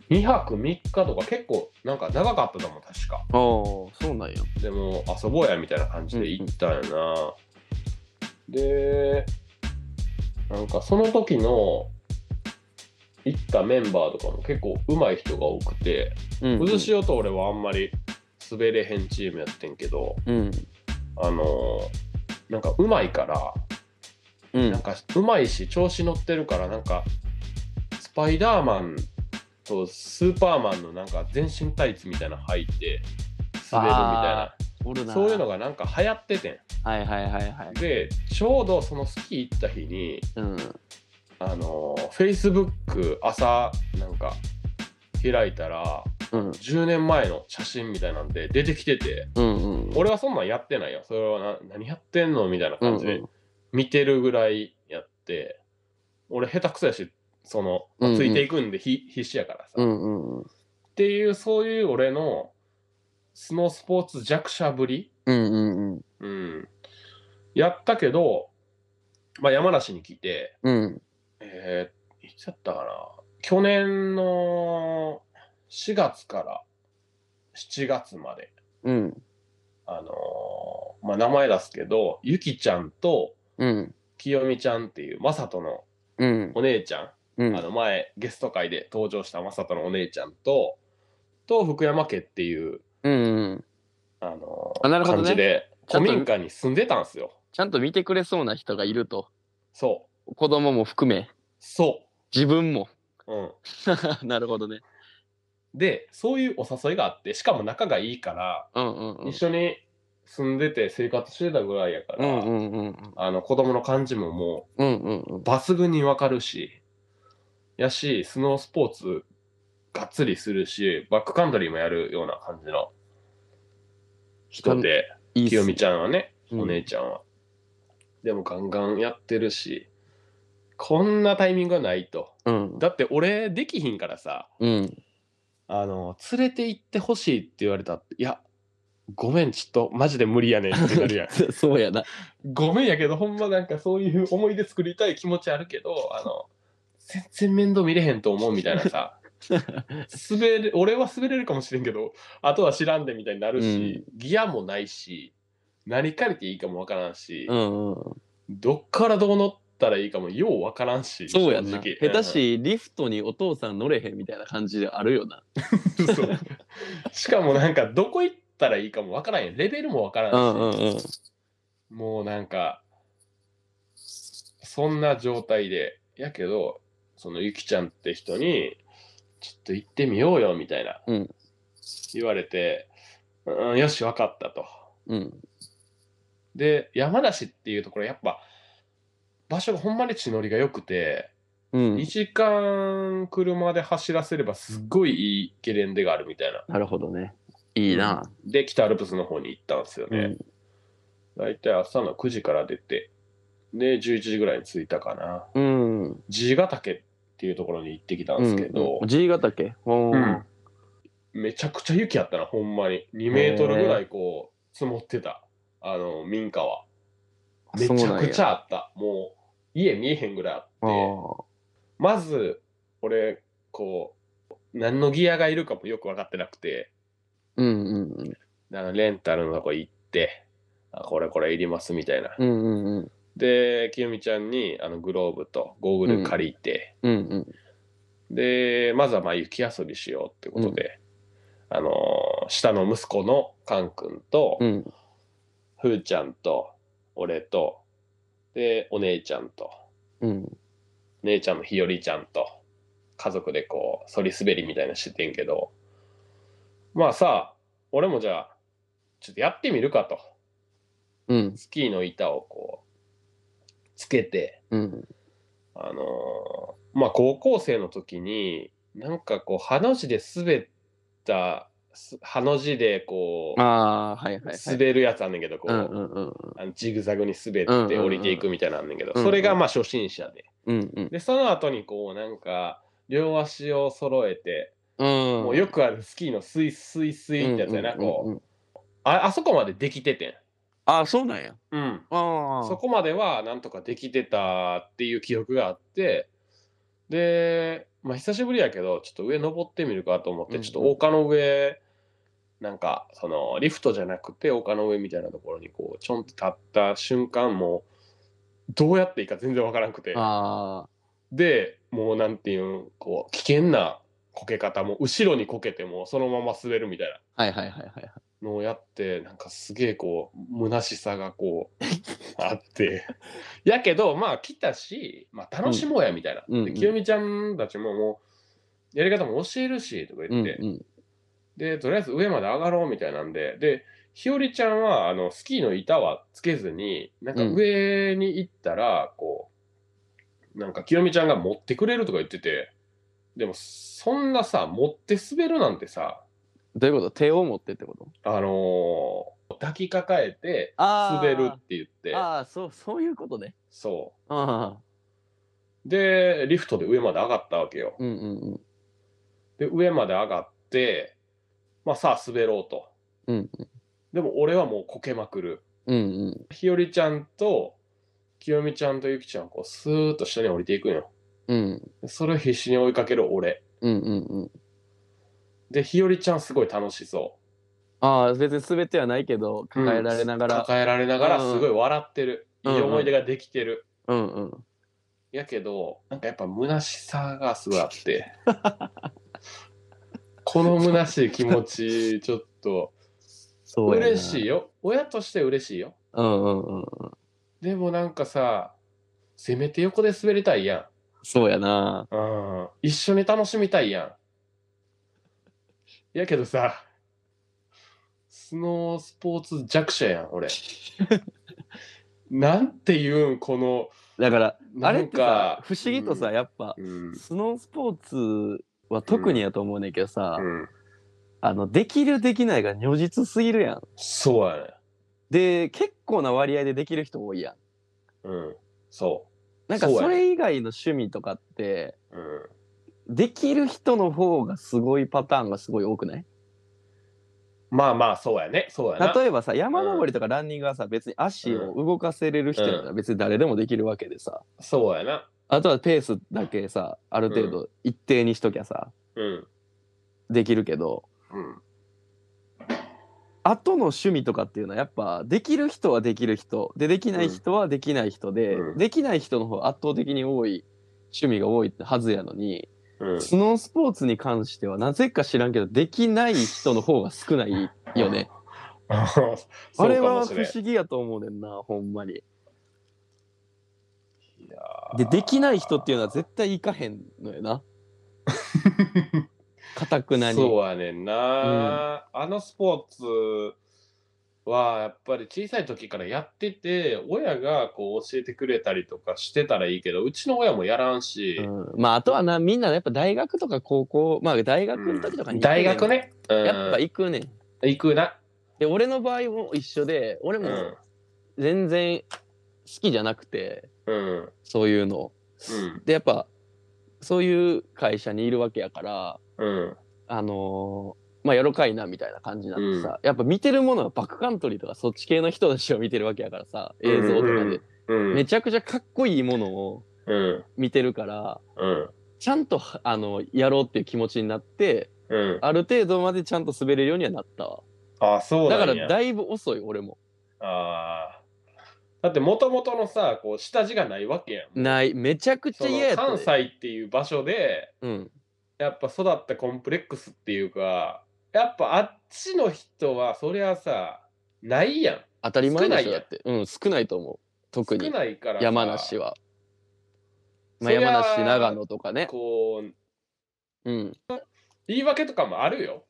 2泊3日とか結構なんか長かったと思う確か
ああそうなんや
でも遊ぼうやみたいな感じで行ったんやな、でなんかその時の行ったメンバーとかも結構上手い人が多くて
うん
渦潮と俺はあんまり滑れへんチームやってんけど
うん
あのーなんか上手いから
う
なん
ん
か上手いし調子乗ってるからなんかスパイダーマンとスーパーマンのなんか全身タイツみたいなの履いて滑るみたいな
おるな
そういうのがなんか流行ってて
はいはいはいはい
ん。で、ちょうどそのスキー行った日に、
うん
あのー、Facebook 朝なんか開いたら、
うん
10年前の写真みたいなんで出てきてて、
うんうん
俺はそんなんやってないよ。それはな何やってんのみたいな感じ
う
で
んうん
見てるぐらいやって、俺下手くそやし、その、まあ
うんうん
ついていくんでひ、必死やからさ。
うんうんうん
っていう、そういう俺のスノースポーツ弱者ぶり
うんうん
うん。やったけど、まあ、山梨に来て、
うんうん
えー、いつやったかな。去年の4月から7月まで、
うん
あのーまあ、名前出すけど、ゆきちゃんと
うん
清美ちゃんっていう、まさとの
うん
お姉ちゃん、
うん
あの前、ゲスト会で登場したまさとのお姉ちゃんと、と、福山家っていう、
うん
あのー
あなるほどね
感じで、
ちゃ
古
んと
民家に住んでたんですよ。
ちゃんと見てくれそうな人がいると
そう。
子供も含め
そ
自分も
う。うん。
なるほどね
でそういうお誘いがあってしかも仲がいいから、
うんうんうん
一緒に住んでて生活してたぐらいやか
う
ら、
んうんうん
あの子供の感じもも
うんうんうん
う抜群にわかるしやし、スノースポーツがっつりするし、バックカントリーもやるような感じの人で、
いいっ
きよみ
す
ちゃんはね、
うん
お姉ちゃんは。でもガンガンやってるし、こんなタイミングはないと。
うん
だって俺できひんからさ、
うん
あの、連れて行ってほしいって言われたって、いや、ごめん、ちょっとマジで無理やねんってなるやん。
そうやな
ごめんやけど、ほんまなんかそういう思い出作りたい気持ちあるけど、あの、全然面倒見れへんと思うみたいな さ、滑る、俺は滑れるかもしれんけど、あとは知らんでみたいになるし、ギアもないし、何借りていいかもわからんし、
うんうん
どっからどう乗ったらいいかもようわからんし、
そうやんな
正
下
直
手しリフトにお父さん乗れへんみたいな感じであるよな
うん そうしかもなんか、どこ行ったらいいかもわからんやん。レベルもわからんし、
うんうんうん
もうなんか、そんな状態で、やけど、そのゆきちゃんって人に、ちょっと行ってみようよみたいな、
うん
言われて、うん、よし、分かったと。
うん
で、山梨っていうところ、やっぱ、場所がほんまに地のりが良くて、
うん
2時間車で走らせればすっごいいいゲレンデがあるみたいな。
なるほどねいいな
で、北アルプスの方に行ったんですよね。
うん
大体朝の9時から出て、で、11時ぐらいに着いたかな。
うん
地ヶ岳っていうところに行ってきたんですけど、
G 型けほう
うんめちゃくちゃ雪あったな、ほんまに。2メートルぐらいこう、積もってた、あの、民家は。めちゃくちゃ
ゃ
あった。もう、家見えへんぐらいあ
あ
って、まず、俺、こう、何のギアがいるかもよく分かってなくて、
うんうんうん
あのレンタルのとこ行って、あこれこれいりますみたいな。
うんうんうん
で、きよみちゃんにあのグローブとゴーグル借りて、
うんうん
で、まずはまあ雪遊びしようってことで、あのー下の息子のカン君と、
うん
ふーちゃんと、俺と、で、お姉ちゃんと、
うん
姉ちゃんのひよりちゃんと、家族でこう、そり滑りみたいなのしててんけど、まあさ、俺もじゃあ、ちょっとやってみるかと。
うん
スキーの板をこう、つけて、
うん
あのーまあ高校生の時になんかこうハの字で滑ったすハの字でこう
ああーはいはいはい
滑るやつあんねんけどこう、
うんうんうん
あのジグザグに滑
うん
っ
うんう
て
ん
降りていくみたいなのあんねんけど、
うんうん
それがまあ初心者で
うんうん
でその後にこうなんか両足を揃えて、
うん
もうよくあるスキーのスイスイスイってやつやな、こう
うんうんうん
ああそこまでできてて
ああそうなんや
ん、うん、
ああ
そこまではなんとかできてたっていう記憶があってで、まあ、久しぶりやけどちょっと上登ってみるかと思っ
うん
て
うん
ちょっと丘の上なんかそのリフトじゃなくて丘の上みたいなところにこうちょんって立った瞬間もうどうやっていいか全然わからなくて
あ
でもうなんていうんこう危険なこけ方も後ろにこけてもそのまま滑るみたいな
あはいはいはいはい
のをやってなんかすげえこう虚しさがこ うあってやけどまあ来たし、まあ、楽しもうやみたいな、
うんうん
で清美ちゃんたちももうやり方も教えるしとか
う
言
ん
って、
うん
でとりあえず上まで上がろうみたいなんででひよりちゃんはあのスキーの板はつけずになんか
うん
上に行ったらこう、なんか清美ちゃんが持ってくれるとか言っててでもそんなさ持って滑るなんてさ
どういうこと手を持ってってこと
あのー抱きかかえて
あ
滑るって言って
ああそうそういうことね
そ
ああ
うでリフトで上まで上がったわけよ
うんうんうん
で上まで上がってまあさあ滑ろうと、
うん
でも俺はもうこけまくる
うんうん
ひよりちゃんときよみちゃんとゆきちゃんこうスーッと下に降りていくんよ
うん
でそれを必死に追いかける俺
うんうんうん
でひよりちゃんすごい楽しそ
ああ別に全てはないけど
う
抱えられなが
うん
ら
抱えられながらすごい笑ってる、
うん
いい思い出ができてる、
うんうん
やけど、なんかやっぱ虚しさがすごいあ って、この虚しい気持ち、ちょっと、
そうやな
嬉しいよ。親として嬉しいよ。
うんうんうん
でもなんかさ、せめて横で滑りたいや。
そうやなん
うん。一緒に楽しみたいやん。やけどさ、スノー スポーツ弱者やん、俺。なんていうん、この、
だから
な
あれ
ん
って
か
さ不思議とさ、
うん
やっぱ
うん
スノースポーツは特にやと思うねんけどさ、
うん、
あのできるできないが如実すぎるやん。
そうやね。
で結構な割合でできる人多いやん。
うん、そ
なんか
そうやね
それ以外の趣味とかって
う。うん、
できる人の方がすごいパターンがすごい多くない
まあまあ、そうやね。そうやな。
例えばさ山登りとかランニングはさ別に足を動かせれる人やったら別に誰でもできるわけでさ
そうやな。
あとはペースだけさある程度一定にしときゃさ
うん、
できるけど
うん、
後の趣味とかっていうのはやっぱできる人はできる人でできない人はできない人で、
うん
できない人の方が圧倒的に多い趣味が多いはずやのに、
うん。
スノースポーツに関してはなぜか知らんけどできない人の方が少ないよね あれは
そうかも
不
しれん
思議やと思うねんなほんまに
いや
でできない人っていうのは絶対行かへんのよ なかたくなに
そうやねんな、あのスポーツはやっぱり小さい時からやってて親がこう教えてくれたりとかしてたらいいけどうちの親もやらんし、
うんまああとはなみんなやっぱ大学とか高校まあ大学の時とかに行くね
大
ん
学ね、うん
やっぱ行くねん
行くな、
で俺の場合も一緒で俺
う
も
ん
全然好きじゃなくて
うん
そういうの
うん
でやっぱそういう会社にいるわけやから
うん
あのーまあやろかいなみたいな感じになってさ、やっぱ見てるものはバックカントリーとかそっち系の人たちを見てるわけやからさ映像とかで、
うん
めちゃくちゃかっこいいものを
うん
見てるから
うん
ちゃんとあのやろうっていう気持ちになって
うん
ある程度までちゃんと滑れるようにはなったわ
あそう
だ
な
か
んや
らだいぶ遅い俺も
あーだってもともとのさこう下地がないわけやん
ないめちゃくちゃ
その
嫌やった
関
で
西っていう場所で
うん
やっぱ育ったコンプレックスっていうかやっぱあっちの人はそりゃさないやん
当たり前
少
でし
ない
ょ
やん
だってうん少ないと思う特
少
に
ないからさ
山梨は、
そ
まあ、
りゃ
山梨長野とかね
こう
うん
言い訳とかもあるよ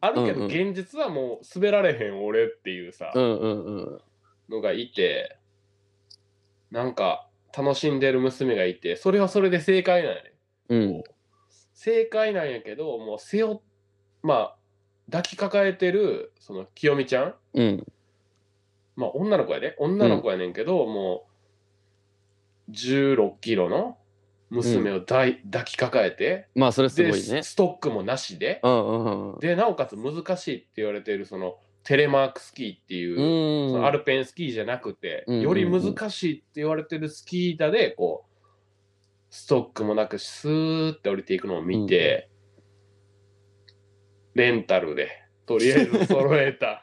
あるけど
うんう
現実はもう滑られへん俺っていうさ、
うんうんうん
のがいてなんか楽しんでる娘がいてそれはそれで正解なんやね
うん
正解なんやけどもう背負っまあ抱きかかえてるその清美ちゃん
うん
まあ女の子やで女の子やねんけど、もう16キロの娘を抱い抱きかかえて、
まあそれす
で
ごいね
スストックもなしで、
うんうんうん
でなおかつ難しいって言われてるそのテレマークスキーっていうう、
ん
そのアルペンスキーじゃなくて、
うんうんうん
より難しいって言われてるスキー板でこうストックもなくスーって降りていくのを見て、レンタルでとりあえず揃え た。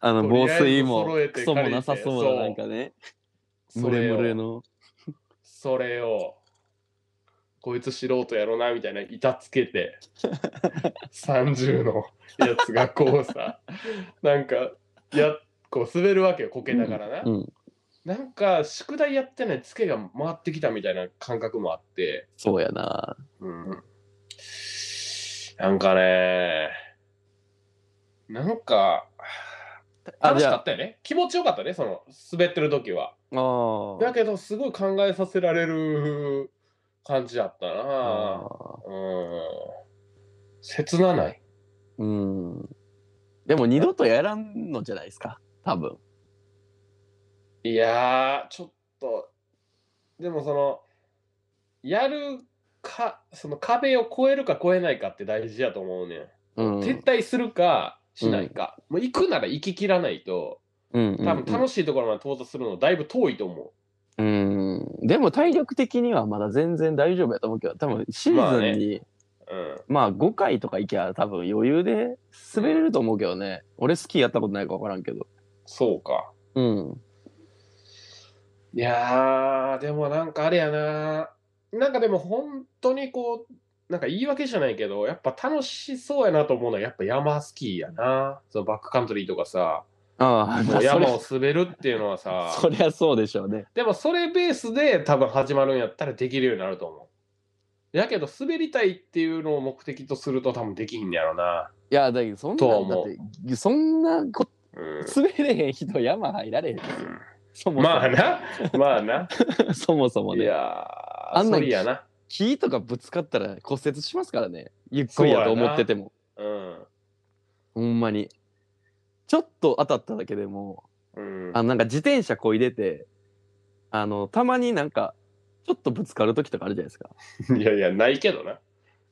あの防
とりあえず
水も
揃えて
クソもなさそう
借りて
ななんかね
そ
ム
れ
レ
を
ムレの
それをこいつ素人やろなみたいな板つけ て30のやつがこうさなんかやこう滑るわけよこけながらな、
うん
なんか宿題やってないツケが回ってきたみたいな感覚もあって、
そうやな
うん、なんかねなんか
あ
楽し
じゃ
か
あ
ったよね気持ちよかったねその滑ってる時は。
あー
だけどすごい考えさせられる感じやったな
あ
うん切なない
ーうんでも二度とやらんのじゃないですか多分
いやーちょっとでもそのやるかその壁を越えるか越えないかって大事やと思うねん、
うん
撤退するかしないか、もう行くなら行ききらないと
うんうん
多分楽しいところまで到達するのだいぶ遠いと思
うんでも体力的にはまだ全然大丈夫やと思うけど多分シーズンに、
う、うん、
まあ5回とか行きゃ多分余裕で滑れると思うけどね、俺スキーやったことないか分からんけど
そうか
うん
いやー、でもなんかあれやな。なんかでも本当にこう、なんか言い訳じゃないけど、やっぱ楽しそうやなと思うのはやっぱ山スキーやな。そのバックカントリーとかさ、
ああ
も
まあ
う
そ
山
れ
を滑るっていうのはさ、
そりゃそうでしょうね
でもそれベースで多分始まるんやったらできるようになると思う。だけど滑りたいっていうのを目的とすると多分できひんねやろな。
いやだけどそん
とは
なだ
思う
ってそんなこ
うん。
滑れへん人山入られへんそもそも。
まあな、まあな。
そもそも
い
ね。
やー、
あんな
そりやな。
木とかぶつかったら骨折しますからね。ゆっくりやと思ってても。
うん。
ほんまに。ちょっと当たっただけでも、
うん、
あのなんか自転車こいでて、あの、たまになんか、ちょっとぶつかる時とかあるじゃないですか。
いやいや、ないけどな。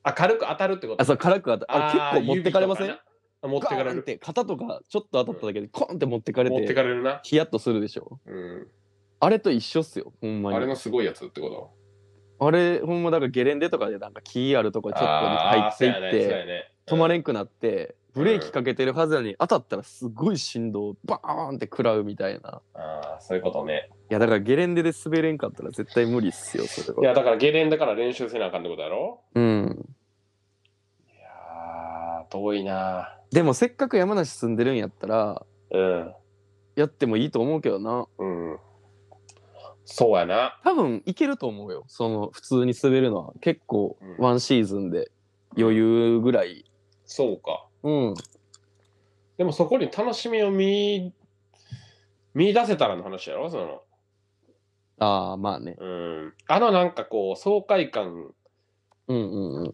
あ、軽く当たるってこと
あ、そう、軽く当たあ
あー
れ結構持ってかれません
指とかなあ持ってかれ
ガーンっ
る。
て肩とかちょっと当たっただけでコンって持ってかれ
持ってか
て
れるな。
ヒヤッとするでしょ
うん。
あれと一緒っすよほんまに
あ
あ
れ
れ
のすごいやつってこと
ほんまだからゲレンデとかでなんか木あるとこにちょっと入
あ
ってい
ー
って、止まれんくなってブレーキかけてるはずなのに当たったらすごい振動バーンって食らうみたいな
そうやねそうやねあーそういうことね。
いやだからゲレンデで滑れんかったら絶対無理っすよそれ
いや、
は
だからゲレンだから練習せなあかんってことやろ
うん
いやー、遠いな。
でもせっかく山梨住んでるんやったら
うん。
やってもいいと思うけどな
うん。そうやな。
多分いけると思うよその普通に滑るのは結構
うん
ワンシーズンで余裕ぐらい
そうか。
うん
でもそこに楽しみを見、見出せたらの話やろその。
ああまあね
うん。あのなんかこう、爽快感
うんうん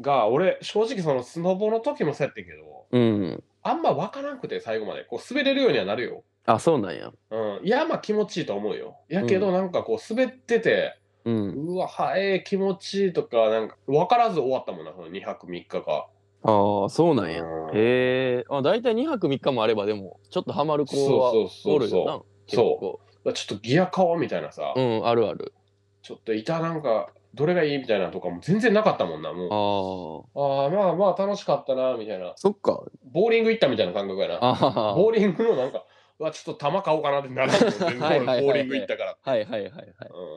が、俺、正直そのスノボの時もそうやってんけど、
うんうん
あんまわからんくて、最後まで。こう、滑れるようにはなるよ。
あそうなんや
うん。山気持ちいいと思うよ。やけどなんかこう、滑ってて、
うん
うわ、はえ気持ちいいとか、なんか、わからず終わったもんな、その2泊3日が。
ああそうなんや
うん
へえ、あ、大体2泊3日もあればでもちょっとハマる子は
そうそ
お
うそ
る
うそう
よな結
そ
構
ちょっとギア買おうみたいなさ、
うんあるある
ちょっと板なんかどれがいいみたいなのとかも全然なかったもんなもう
あー
ああまあまあ楽しかったなみたいな
そっか
ボーリング行ったみたいな感覚やな
あ
ボーリングのなんかうわちょっと球買おうかなってならんもん全然
はいはいはいはい
ボーリング行ったから、
あはいはいはいはい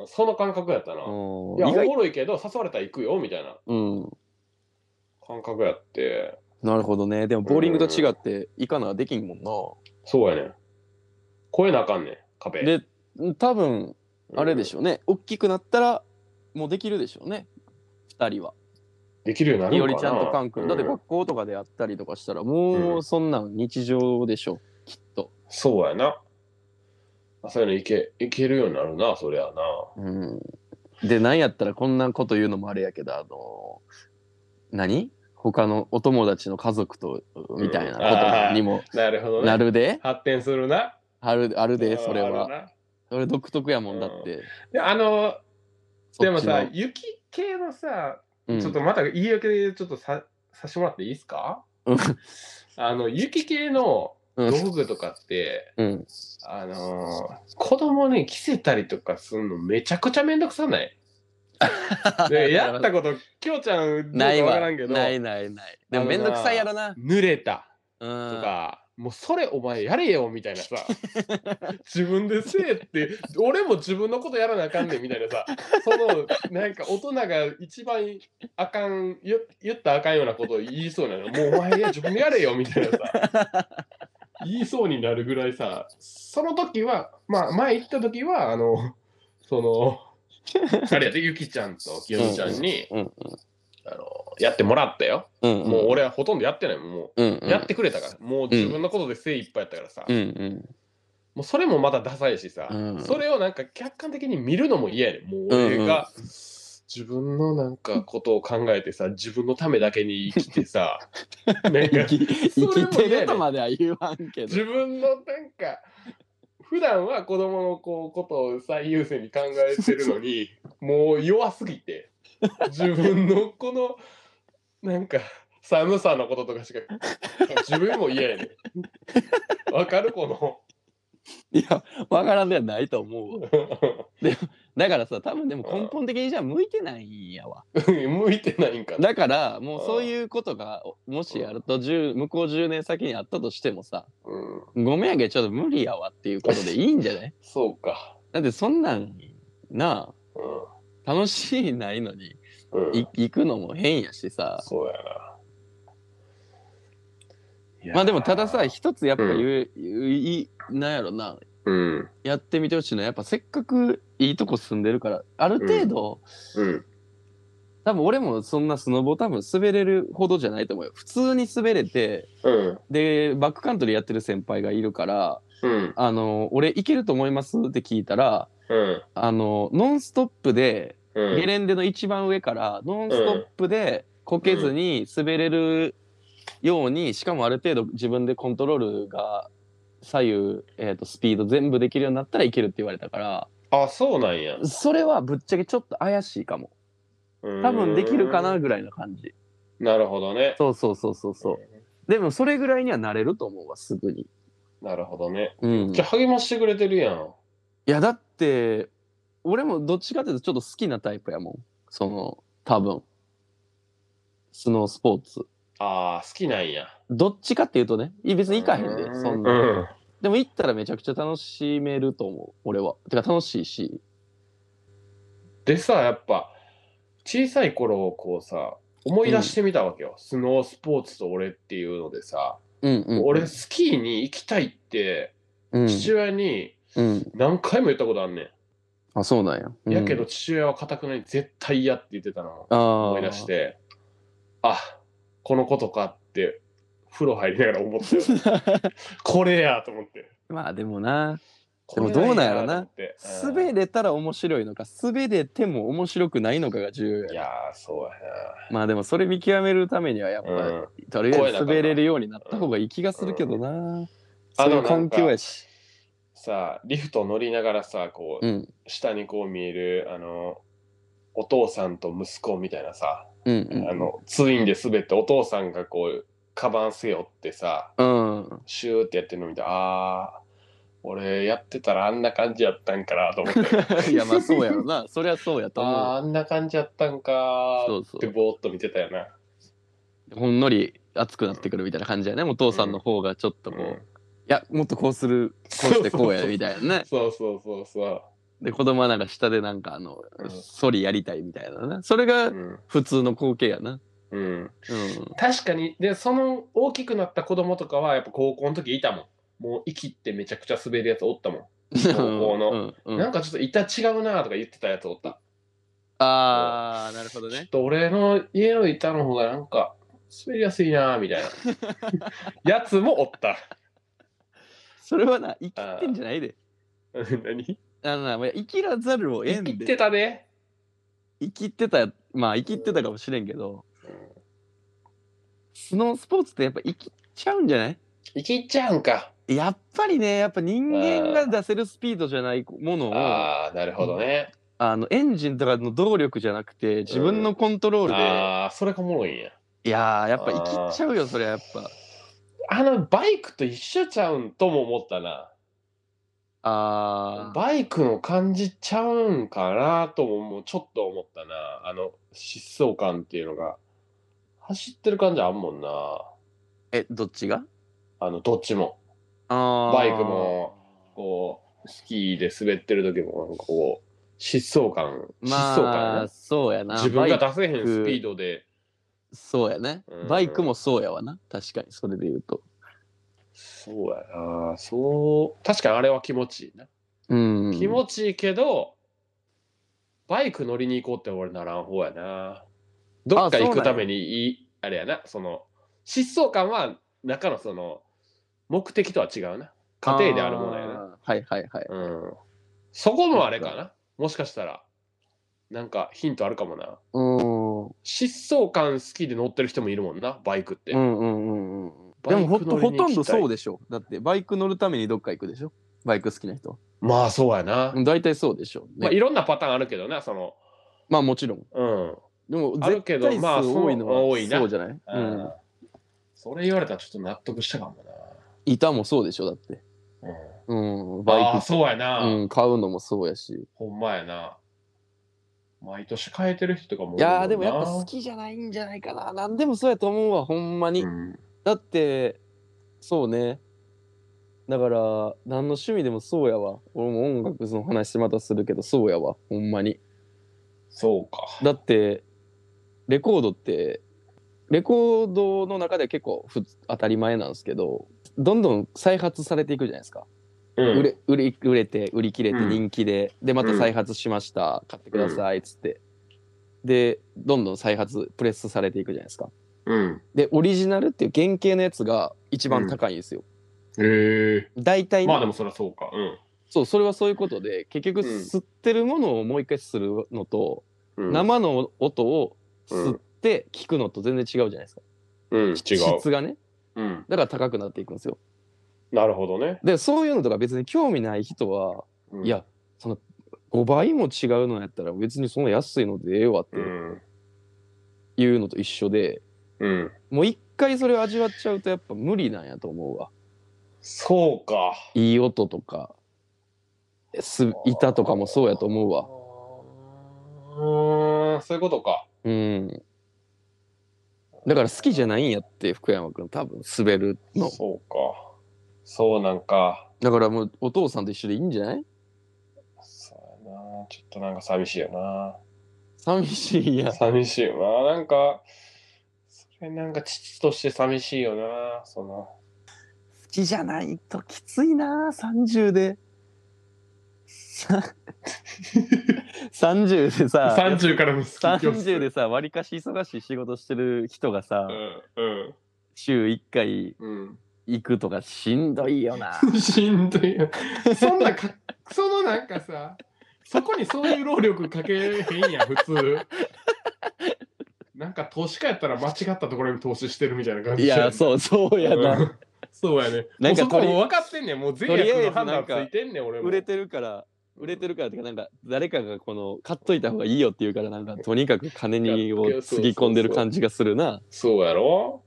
うん、その感覚やったな、
うん
いや
意
お
外
もろいけど誘われたら行くよみたいな
うん
感覚やって
なるほどねでもボーリングと違っていかなできんもん
そうやね超えなあかんねん壁
なで多分あれでし
ょ、
ょうね大きくなったらもうできるでしょうね2人は
できるようになる
い
ん
お
かな
りちゃんとカン君だって
うん
学校とかでやったりとかしたらもうそんなん日常でしょきっと
そうやなあそういうのいけいけるようになるなそりゃな
うん、で何やったらこんなこと言うのもあれやけどあの何他のお友達の家族とみたいなことにも
なるほどね。
なるで、
発展するな。
あるあるでそれ
あ
は
るな
それ独特やもんだって、
であの、でも
そっ
さ
ち、の
雪系のさ、
うん
ちょっとまた言い訳でちょっとささしてもらっていいですか
うん
あの、雪系の道
うん
具とかって、
うん、
あのー子供に着せたりとかするのめちゃくちゃめんどくさない でやったこと、きょうちゃん、
ない
わ
わ
からんけど、
ないないないでもめんどくさいやろな
濡れた
う
と
ん
か、もうそれお前やれよみたいなさ 自分でせえって俺も自分のことやらなあかんねんみたいなさそのなんか大人が一番あかん言言ったらあかんようなことを言いそうなのもうお前いや自分でやれよみたいなさ言いそうになるぐらいさその時はまあ前行った時はあのそのあれやでゆきちゃんときよみちゃんに、
うん
あのやってもらったよ、
うん
もう俺はほとんどやってないもんもう
うんうん
やってくれたから、もう自分のことで精一杯やったからさ、
うん
も
うん
うそれもまたダサいしさ、
うん
それをなんか客観的に見るのも嫌やねんもう俺が自分のなんかことを考えてさ自分のためだけに生きて さなんか
生き生き
それも嫌
て
や
る
ね
とまでは言わんけ ど
自分のなんか普段は子供のこうことを最優先に考えてるの にもう弱すぎて自分のこのなんか寒さのこととかしか自分も嫌やねんわかるこの
いやわからんではないと思うわ だからさ多分でも根本的にじゃあ向いてないんやわ
向いてないんかな。
だからもうそういうことがもしやると10向こう10年先にあったとしてもさ
うん、
ごめんやけどちょっと無理やわっていうことでいいんじゃない
そうか。
だってそんなんな
う
あ楽しいないのに
んうん
い行くのも変やしさ
そうやな。いやー
まあでもたださ、一つやっぱ言う、言ういなんやろな
うん、
やってみてほしいのはやっぱせっかくいいとこ住んでるからある程度、
うん、
多分俺もそんなスノボ多分滑れるほどじゃないと思うよ普通に滑れて
うん、
でバックカントリーやってる先輩がいるから
うん。
あの、俺行けると思いますって聞いたら、
うん。
あの、ノンストップで、
うん。
ゲレンデの一番上からノンストップでこけずに滑れるようにしかもある程度自分でコントロールが左右、えー、とスピード全部できるようになったらいけるって言われたから
あ、そうなんや。
それはぶっちゃけちょっと怪しいかも多
多
分できるかな。ぐらいの感じ
なるほどね。
そうそうそうそうそうでもそれぐらいにはなれると思うわすぐに
なるほどね。
うん
じ
い
ゃあ励ましてくれてるやん。
やだって俺もどっちかっていうとちょっと好きなタイプやもんその多分スノースポーツ
ああ、好きなんや。
どっちかっていうとね、い別に行かへんで、
う
そん
う
な。
ん。
でも行ったらめちゃくちゃ楽しめると思う、俺は。てか楽しいし。
でさ、やっぱ、小さい頃をこうさ、思い出してみたわけよ。スノースポーツと俺っていうのでさ、
うんうん。
俺スキーに行きたいって、
うん、
父親に
うん。
何回も言ったことあんねん。
あ、そうなんや。うん
やけど、父親はかたくなに絶対嫌って言ってたの
ああ。
思い出し。てあこのことかって風呂入りながら思ったよこれやと思って
まあでもな、
こ
で
れ
も
や
どうなんやろな
と思ってうん
滑れたら面白いのか、滑れても面白くないのかが重要
い
やな。
やーそう
まあでもそれ見極めるためには、やっぱ、
やな、うん、
とりあえず滑れるようになった方がいい気がするけどな。そういう環境やし。
さあリフト乗りながらさこう、
うん。
下にこう見えるあのお父さんと息子みたいなさ、
うん
あのツインで滑ってお父さんがこうカバン背負ってさ
うん。うん。
シューってやってるの見てあー俺やってたらあんな感じやったんかなと思って
いや、まあそうやろな。そりゃそうやと思う
あー
わ。
あんな感じやったんか
そ
ー
うそう
ってぼーっと見てたよな。
ほんのり熱くなってくるみたいな感じやね。お父さんの方がちょっとこう、いや、もっとこうする、こうしてこうやみたいなね。
そうそうそうそ
で、子供はなんか下でなんかあの
うん、
ソリやりたいみたいなね。それ
う。
が
うん
普通の光景やな。
うん、
うん。
確かにでその大きくなった子供とかはやっぱ高校の時いたもんもう息ってめちゃくちゃ滑るやつおったもん、校の
うんうん
なんかちょっと板違うなとか言ってたやつおった、
ああ、なるほど
ちょっ
ね。
と俺の家の板の方がなんか滑りやすいなみたい なやつもおった
それはな、生きてんじゃないで。
何
あのな、まあ生きらざるを得んで。
生きてたで
生きてたまあ生きてたかもしれんけど、スノースポーツってやっぱ生きちゃうんじゃない
生きちゃうんか
やっぱりねやっぱ人間が出せるスピードじゃないものをあ
ああなるほどね、
のエンジンとかの動力じゃなくて自分のコントロールで、
ああそれがおもろいんや
いやーやっぱ生きちゃうよそれはやっぱ
あのバイクと一緒ちゃうんとも思ったな。
あー
バイクの感じちゃうんかなとももうちょっと思ったな。あの疾走感っていうのが。走ってる感じあんもんな。
えどっちが
あの、どっちも。
あー
バイクも、こう、スキーで滑ってる時も、なんかこう、疾走感。疾走感
ま
や
あそうや
な
な
自分が
バイ
出せへんスピードで。
クそうやね
うん
バイクもそうやわな確かにそれで言うと
そうやな。そう。確かにあれは気持ちいいな。
うん
気持ちいいけど、バイク乗りに行こうって俺ならん方やな。どっか行くためにいい、あれやな、その、疾走感は中のその、目的とは違うな。過程であるものやな。
あーはいはいはい
うん。そこもあれかな。もしかしたら、なんかヒントあるかもな。
うん
疾走感好きで乗ってる人もいるもんな、バイクって。
うんうんうんうんでもほとほとんどそう
で。
でしょだってバイク乗るためにどっか行くでしょバイク好きな人
まあそうやな。
うん大体そうでしょ、ね
まあいろんなパターンあるけどな、その、
まあもちろん
うん。
でも
ある
絶
け
対
ど
数
まあそう
多いのは
多いな
そうじゃない、う
うん
ん、
それ言われたらちょっと納得したかも
板もそうでしょだって、
な。うん
うん、
あ
バ
あ、
イク
そうやな、
うん、買うのもそうやし
ほんまやな。毎年変えてる人とかも
い
るんな
やーでもやっぱ好きじゃないんじゃないかな何でもそうやと思うわほんまに、
うん
だってそうねだから何の趣味でもそうやわ俺も音楽の話またするけどそうやわほんまに
そうか。
だってレコードってレコードの中では結構ふつ当たり前なんですけどどんどん再発されていくじゃないですか、
うん
売れ売れ売れて売り切れて
うん
人気で、でまた再発しました、買ってくださいっつって、でどんどん再発プレスされていくじゃないですか
うん。
でオリジナルっていう原型のやつが一番高いんですよ、
へ
大体
え。
ね、
まあでもそりゃそうか。うん
そうそれはそういうことで結局
うん
吸ってるものをもう一回するのと、
うん。
生の音を吸って聞くのと全然違うじゃないですか、
うん、違う。
質がね
うん。
だから高くなっていくんですよ
なるほどね。
でそういうのとか別に興味ない人は、
うん
いや、その5倍も違うのやったら別にその安いのでええわって
うん。
いうのと一緒で、
うん。
もう一回それを味わっちゃうとやっぱ無理なんやと思うわ
そうか。
いい音とかす板とかもそうやと思うわ
うーん、そういうことか。
うんだから好きじゃないんやって福山君多分滑るの
そうか。そうなんか。
だからもうお父さんと一緒でいいんじゃない
そうやな。ちょっとなんか寂しいよな。
寂しいや
寂しいよな。なんか、それなんか父として寂しいよな。その、
好きじゃないときついな30で さ30でさ
30からの
30でさわりかし忙しい仕事してる人がさ
うん、うん
週1回、
うん
行くとかしんどいよな
しんどいよ。そんなか、そのなんかさ、そこにそういう労力かけへんやん、普通。なんか投資家やったら間違ったところに投資してるみたいな感じ
いやそうそうや
う
なん
そうやね。
なんか
もうそこ
とり
も分かってんねん。もう全
とりあえ
役
ず
の判
な
断
ん
つ
か
いてんねん、俺も。
売れてるから売れてるからっていうかなんか誰かがこの買っといた方がいいよって言うからなんかとにかく金にをつぎ込んでる感じがするな
そうやろ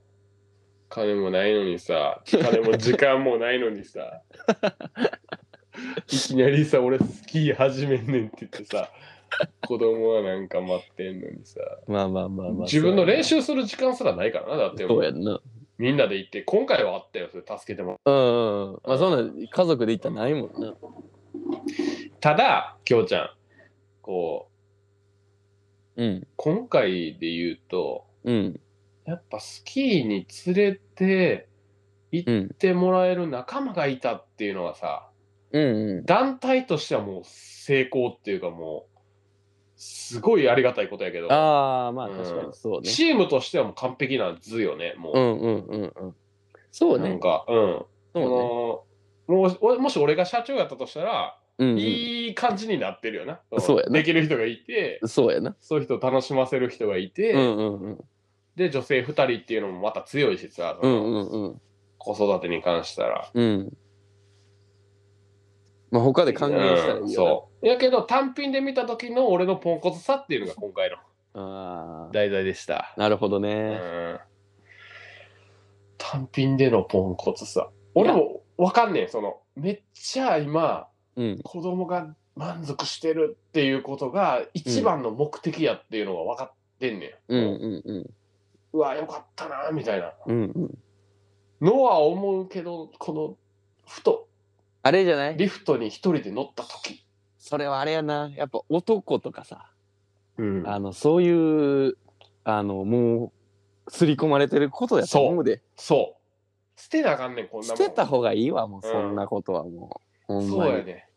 金もないのにさ、金も時間もないのにさ。いきなりさ、俺スキー始めんねんって言ってさ、子供はなんか待ってんのにさ、
まあまあまあまあ
自分の練習する時間すらないからな、だって
そうやんな
みんなで行って、今回はあったよ、それ助けてもらっ
うんうんうんまあそんな家族で行ったらないもんな
た。ただ、きょうちゃん、こう、
うん
今回で言うと、
うん
やっぱスキーに連れて
うん
行ってもらえる仲間がいたっていうのはさ、
うんうん
団体としてはもう成功っていうかもうすごいありがたいことやけど
ああまあ確かにそうね
チームとしてはもう完璧な図よねも
う
う、
んうんうんうんそう
なん
ね
かうん
そう
このもうおもし俺が社長やったとしたら、
ねうんうん
いい感じになってるよな
そうやな
できる人がいて
そうやな
そういう人を楽しませる人がいて、
うんうんうん
で女性2人っていうのもまた強いしさ、
うんうんうん
子育てに関したら。
うん。まあ他で還元したらい
うん
いよ
そうやけど単品で見た時の俺のポンコツさっていうのが今回の
な。ああ
題材でした。
なるほど
う
ね。
ん単品でのポンコツさ俺もわかんねえそのめっちゃ今
うん。
子供が満足してるっていうことが一番の目的やっていうのが分かってんねん、
うんうんうん。
うわよかったなみたいな
うんうん。
のは思うけどこのふと
あれじゃない
リフトに一人で乗った時、
それはあれやな。やっぱ男とかさ、
うん
あの、そういう、あの、もう、刷り込まれてることやと思うで。
そう捨てなあかんねんこんな
捨
もん
てた方がいいわ、もう、そんなことはもう。ほんま
そうや
に。
ね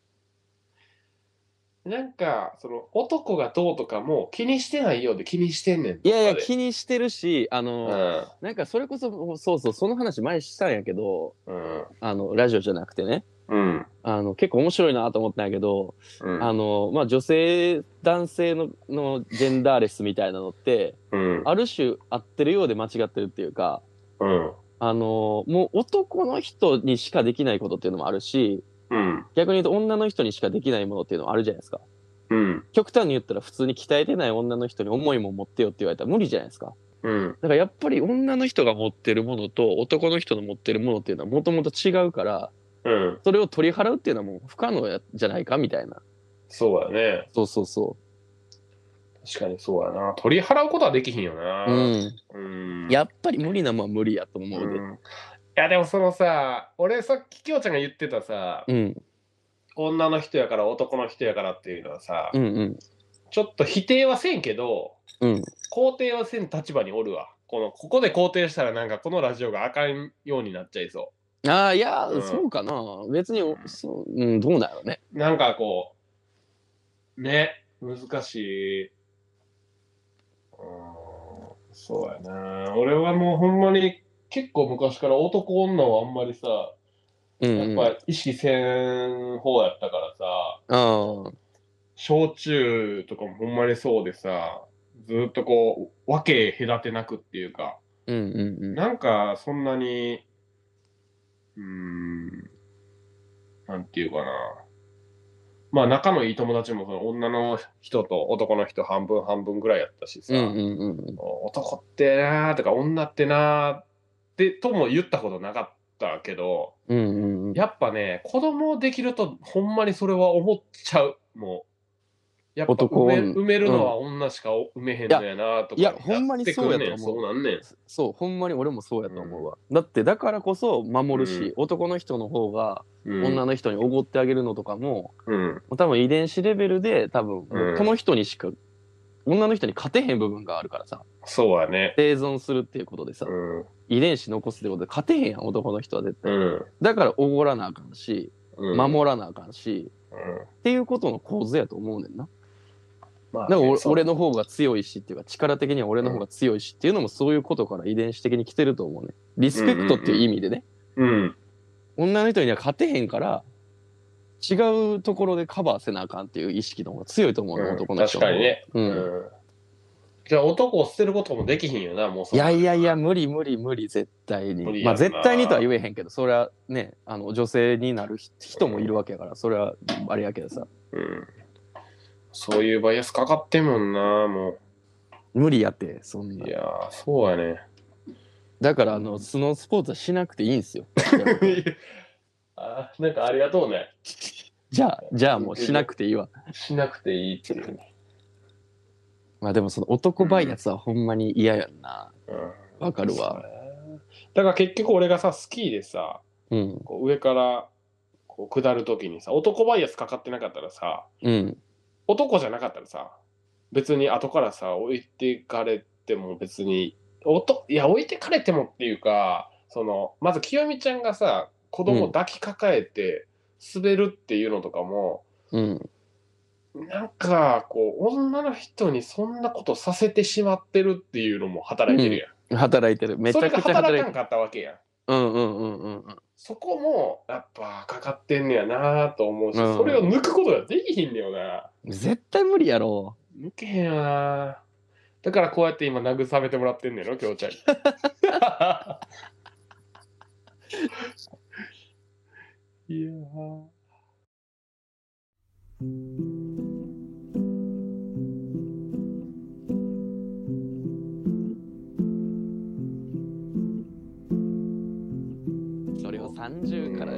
なんかその男がどうとかも気にしてないようで気にしてんねん
いやい
ど
や、
っかで
気にしてるし、あの、
うん
なんかそれこそ、そうそう、その話前したんやけど、
うん
あの、ラジオじゃなくてね、
うん
あの、結構面白いなと思ったんやけど、
うん
あのまあ、女性男性ののジェンダーレスみたいなのって
うん
ある種合ってるようで間違ってるっていうか
うん
あのもう男の人にしかできないことっていうのもあるし
うん
逆に言うと女の人にしかできないものっていうのもあるじゃないですか
うん
極端に言ったら普通に鍛えてない女の人に思いも持ってよって言われたら無理じゃないですか
うん
だからやっぱり女の人が持ってるものと男の人の持ってるものっていうのはもともと違うから
うん
それを取り払うっていうのはもう不可能やじゃないかみたいな
そうだね
そうそうそ
確かにそうやな取り払うことはできひんよな
ううん
うん
やっぱり無理なもんは無理やと思う
う
で、
んいやでもそのさ俺さっききょうちゃんが言ってたさ
うん
女の人やから男の人やからっていうのはさ
うんうん
ちょっと否定はせんけど
うん
肯定はせん立場におるわこのここで肯定したらなんかこのラジオがあかんようになっちゃいそ
ああいや、
うん
そうかな別におそう、うん、どうなのね
うなんかこうね難しいうーんそうやな俺はもうほんまに結構昔から男女はあんまりさ
うん
やっ
うん。あ
ぱ意識せん方やったからさ、
あ。
焼酎とかもほんまにそうでさ、ずっとこう、分け隔てなくっていうか、
うんうん
なんかそんなに、うーん、なんていうかな。まあ仲のいい友達もその女の人と男の人半分半分ぐらいやったしさ、
うん。うんうんうん。
男ってなーとか女ってなーってとも言ったことなかったけど、
うんうんうん。
やっぱね、子供できると、ほんまにそれは思っちゃう。もう。やっぱ
男
埋め
女
埋めるのは女しか埋めへんのやなとか。
いやほんまにそうやと思う
やってくんねんそうなんねん。
そう、ほんまに俺もそうやと思うわ。だって、だからこそ守るし、男の人の方が
うん、
女の人におごってあげるのとかも、
うん。
もう多分遺伝子レベルで多分
うん
この人にしか女の人に勝てへん部分があるからさ
そうやね。
生存するっていうことでさ、
うん。
遺伝子残すってことで勝てへんやん男の人は絶対
うん。
だからおごらなあかんし
うん、
守らなあかんし、
うん
っていうことの構図やと思うねんな
ま
だ
あ
から俺
そう
俺の方が強いしっていうか力的には俺の方が強いしっていうのもそういうことから遺伝子的に来てると思うねリスペクトっていう意味でね、
うん。
女の人には勝てへんから違うところでカバーせなあかんっていう意識の方が強いと思うね、
うん
男の人
確か
の方が
にね。
う
うんん。じゃあ男を捨てることもできひんよな、もうそ
い
んな
やいやいや、無理無理無理、絶対
無理
に。
やん
まあ
な
絶対にとは言えへんけど、それはね、あの女性になる人人もいるわけやから、それはあれやけどさ、
うん。そういうバイアスかかってんもんな、も
無理やって、そんな
う。い。やー、そうやね。
だから、あの、スノースポーツはしなくていいんすよ。
あーなんかありがとうね。
じゃあ、じゃあもうしなくていいわ。
しなくていいっていう。
まあでもその男バイアスはほんまに嫌やんな。
うん
わかるわ。
だから結局俺がさスキーでさ
うん、
こう上からこう下る時にさ男バイアスかかってなかったらさ
うん、
男じゃなかったらさ別に後からさ置いてかれても別におといや置いてかれてもっていうかそのまず清美ちゃんがさ子供抱きかかえて滑るっていうのとかも、
うん。
なんかこう女の人にそんなことさせてしまってるっていうのも働いてるやん、
働いてる。めち
そ
ゃ
れ
く
が
ちゃ働
働
い
か
て
ん
る。
かったわけやん
うんうんうんうんうん。
そこもやっぱかかってんねやなと思うし、
うん
それを抜くことができひんねよな
絶対無理やろ。
抜けへんよなだからこうやって今慰めてもらってんね やろ京ちゃんにいやー
それを30から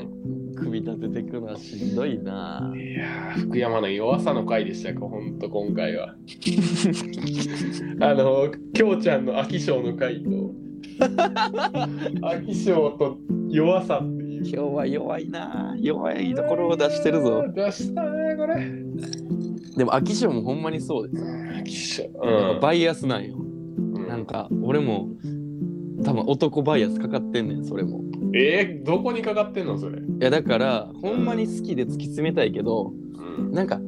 組み立てていくのはしんどいな。
いやー福山の弱さの回でしたか、ほんと今回は。あの、きょうちゃんの飽き性の回と、飽き性と弱さっていう。
今日は弱いな弱いところを出してるぞ。
出したね、これ。
でも飽き性もほんまにそうです、
飽き性。
やっ
う
ぱ
ん。
バイアスなんよ
うん
なんか俺も多分男バイアスかかってんねんそれも
えー、どこにかかってんの、それ。
いやだからほんまに好きで突き詰めたいけど
うん。
なんか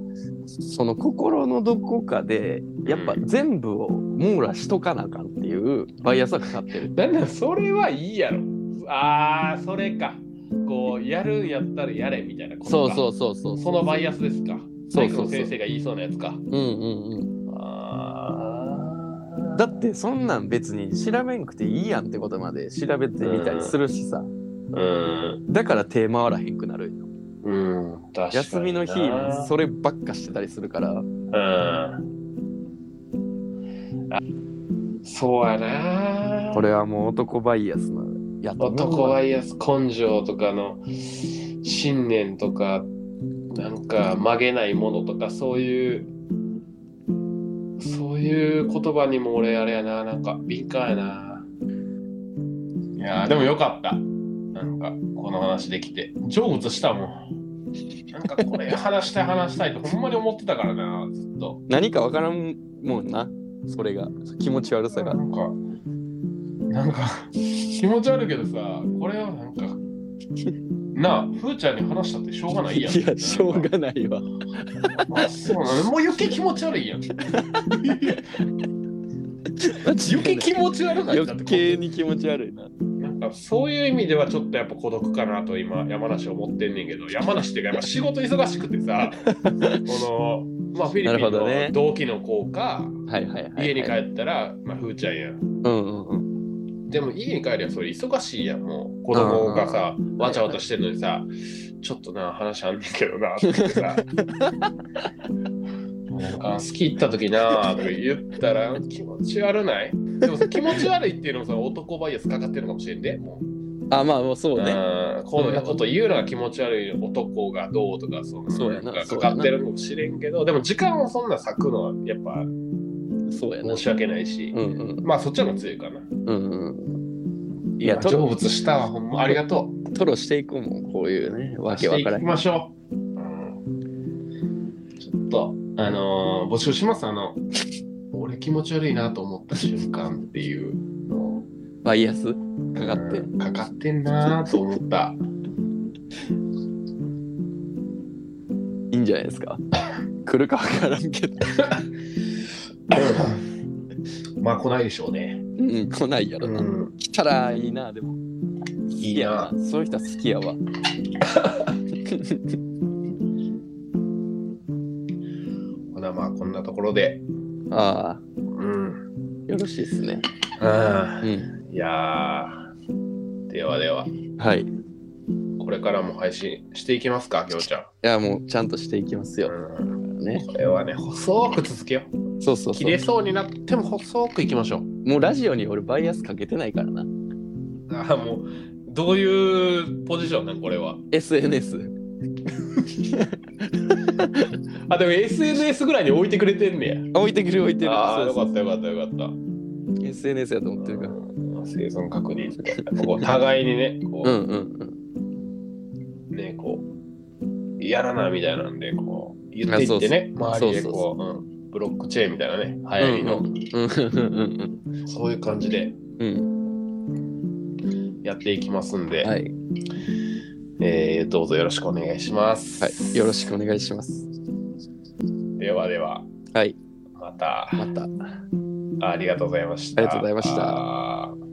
その心のどこかでやっぱ全部を網羅しとかなあかんっていうバイアスはかかってる
なんだ、それはいいやろ。あー、それか。こう、やるんやったらやれみたいなことか。。
そうそううそうそう
そのバイアスですか。
そ
そうう
そうそう
先生が言いそうなやつか。
うんうんうん
あー
だってそんなん別に調べんくていいやんってことまで調べてみたりするし
う
さ
ん、
だから手回らへんくなるよ
うん、確かにな
休みの日そればっかしてたりするから
うん。あそうやな。
これはもう男バイアスのやと思うわ
男バイアス根性とかの信念とか、なんか曲げないものとか、そういう、そういう言葉にも俺あれやな、なんか敏感やな。いやーでもよかった。なんかこの話できて。成仏したもん。なんかこれ話したい話したいとほんまに思ってたからな、ずっと。
何かわからんもんなそれが気持ち悪さが
なんか、なんか気持ち悪いけどさ、これは なんか、なあ、ふーちゃんに話したってしょうがないやん。
いやしょうがないわ
あそうなのもう余計気持ち悪いやん。余計気持ち悪ない
余計に気持ち悪いな
なんあそういう意味ではちょっとやっぱ孤独かなと今山梨思ってんねんけど山梨っていうかやっぱ仕事忙しくてさこの、まあ、フィリ
な
ピ
るほ
ン
どね
の同期の子か、
はいはいはい、
家に帰ったら、まあ、ふーちゃんやん
うんうんうん
でも家に帰りゃそれ忙しいやんもう子供がさ
ん
わちゃわちゃしてるのにさちょっとな話あんねんけどなってさなんか好き行った時なとか言ったら気持ち悪ないでもさ気持ち悪いっていうのもさ男バイアスかかってるのかもしれんで、もう
あまあもうそうね
うんこんなこと言うのは気持ち悪い男がどうとかそん
そう
な
や
の
な
がかかってるかもしれんけどでも時間をそんな割くのはやっぱ
そうやな
申し訳ないし
う、んうん
まあそっちの方が強いかな。
うんうんいや
今
と
成仏したわほんまありがとう。
トロしていこうもんこういうねわけわ
し
から
ていき
ん
ましょう。うんちょっとあのー募集しますあの俺気持ち悪いなと思った瞬間っていうのを
バイアスかかって
うんかかってんなーと思った。
いいんじゃない ですか来るかわからんけど
まあ来ないでしょうね。
うん来ないやろな、
ん
来たらいいなでも好きやわそういう人は好きや わ
ほなまあこんなところで。
ああ
うん。
よろしいっすね
あ
うん
ーいやーではでは、
はいい
これからも配信していきますか、きょうちゃん。
やもうちゃんとしていきますよ
うん、
ね
これはね、細く続けよう。
そうそう
切
そう
れそうになっても細くいきましょう。
もうラジオに俺バイアスかけてないからな
ああ、もう、どういうポジションなん、これは。
SNS
あ、でも SNS ぐらいに置いてくれてんね
置いてくる置いて
や。
る
ああ、
そ
よ
うそ
か
う
ったよかったよかった。
SNS やと思ってるから
うん生存確認とか、こう互いにね、こ
う
う、
んうん
ねこうやらなみたいなんでこう言っていってね
あそう
周
そう
りでこううんブロックチェーンみたいなね流行りの、
うんうんうんうん
そういう感じで
うん
やっていきますんで、
はい
えーどうぞよろしくお願いします、
はいよろしくお願いします
ではでは
はい
また
また
ありがとうございました
ありがとうございました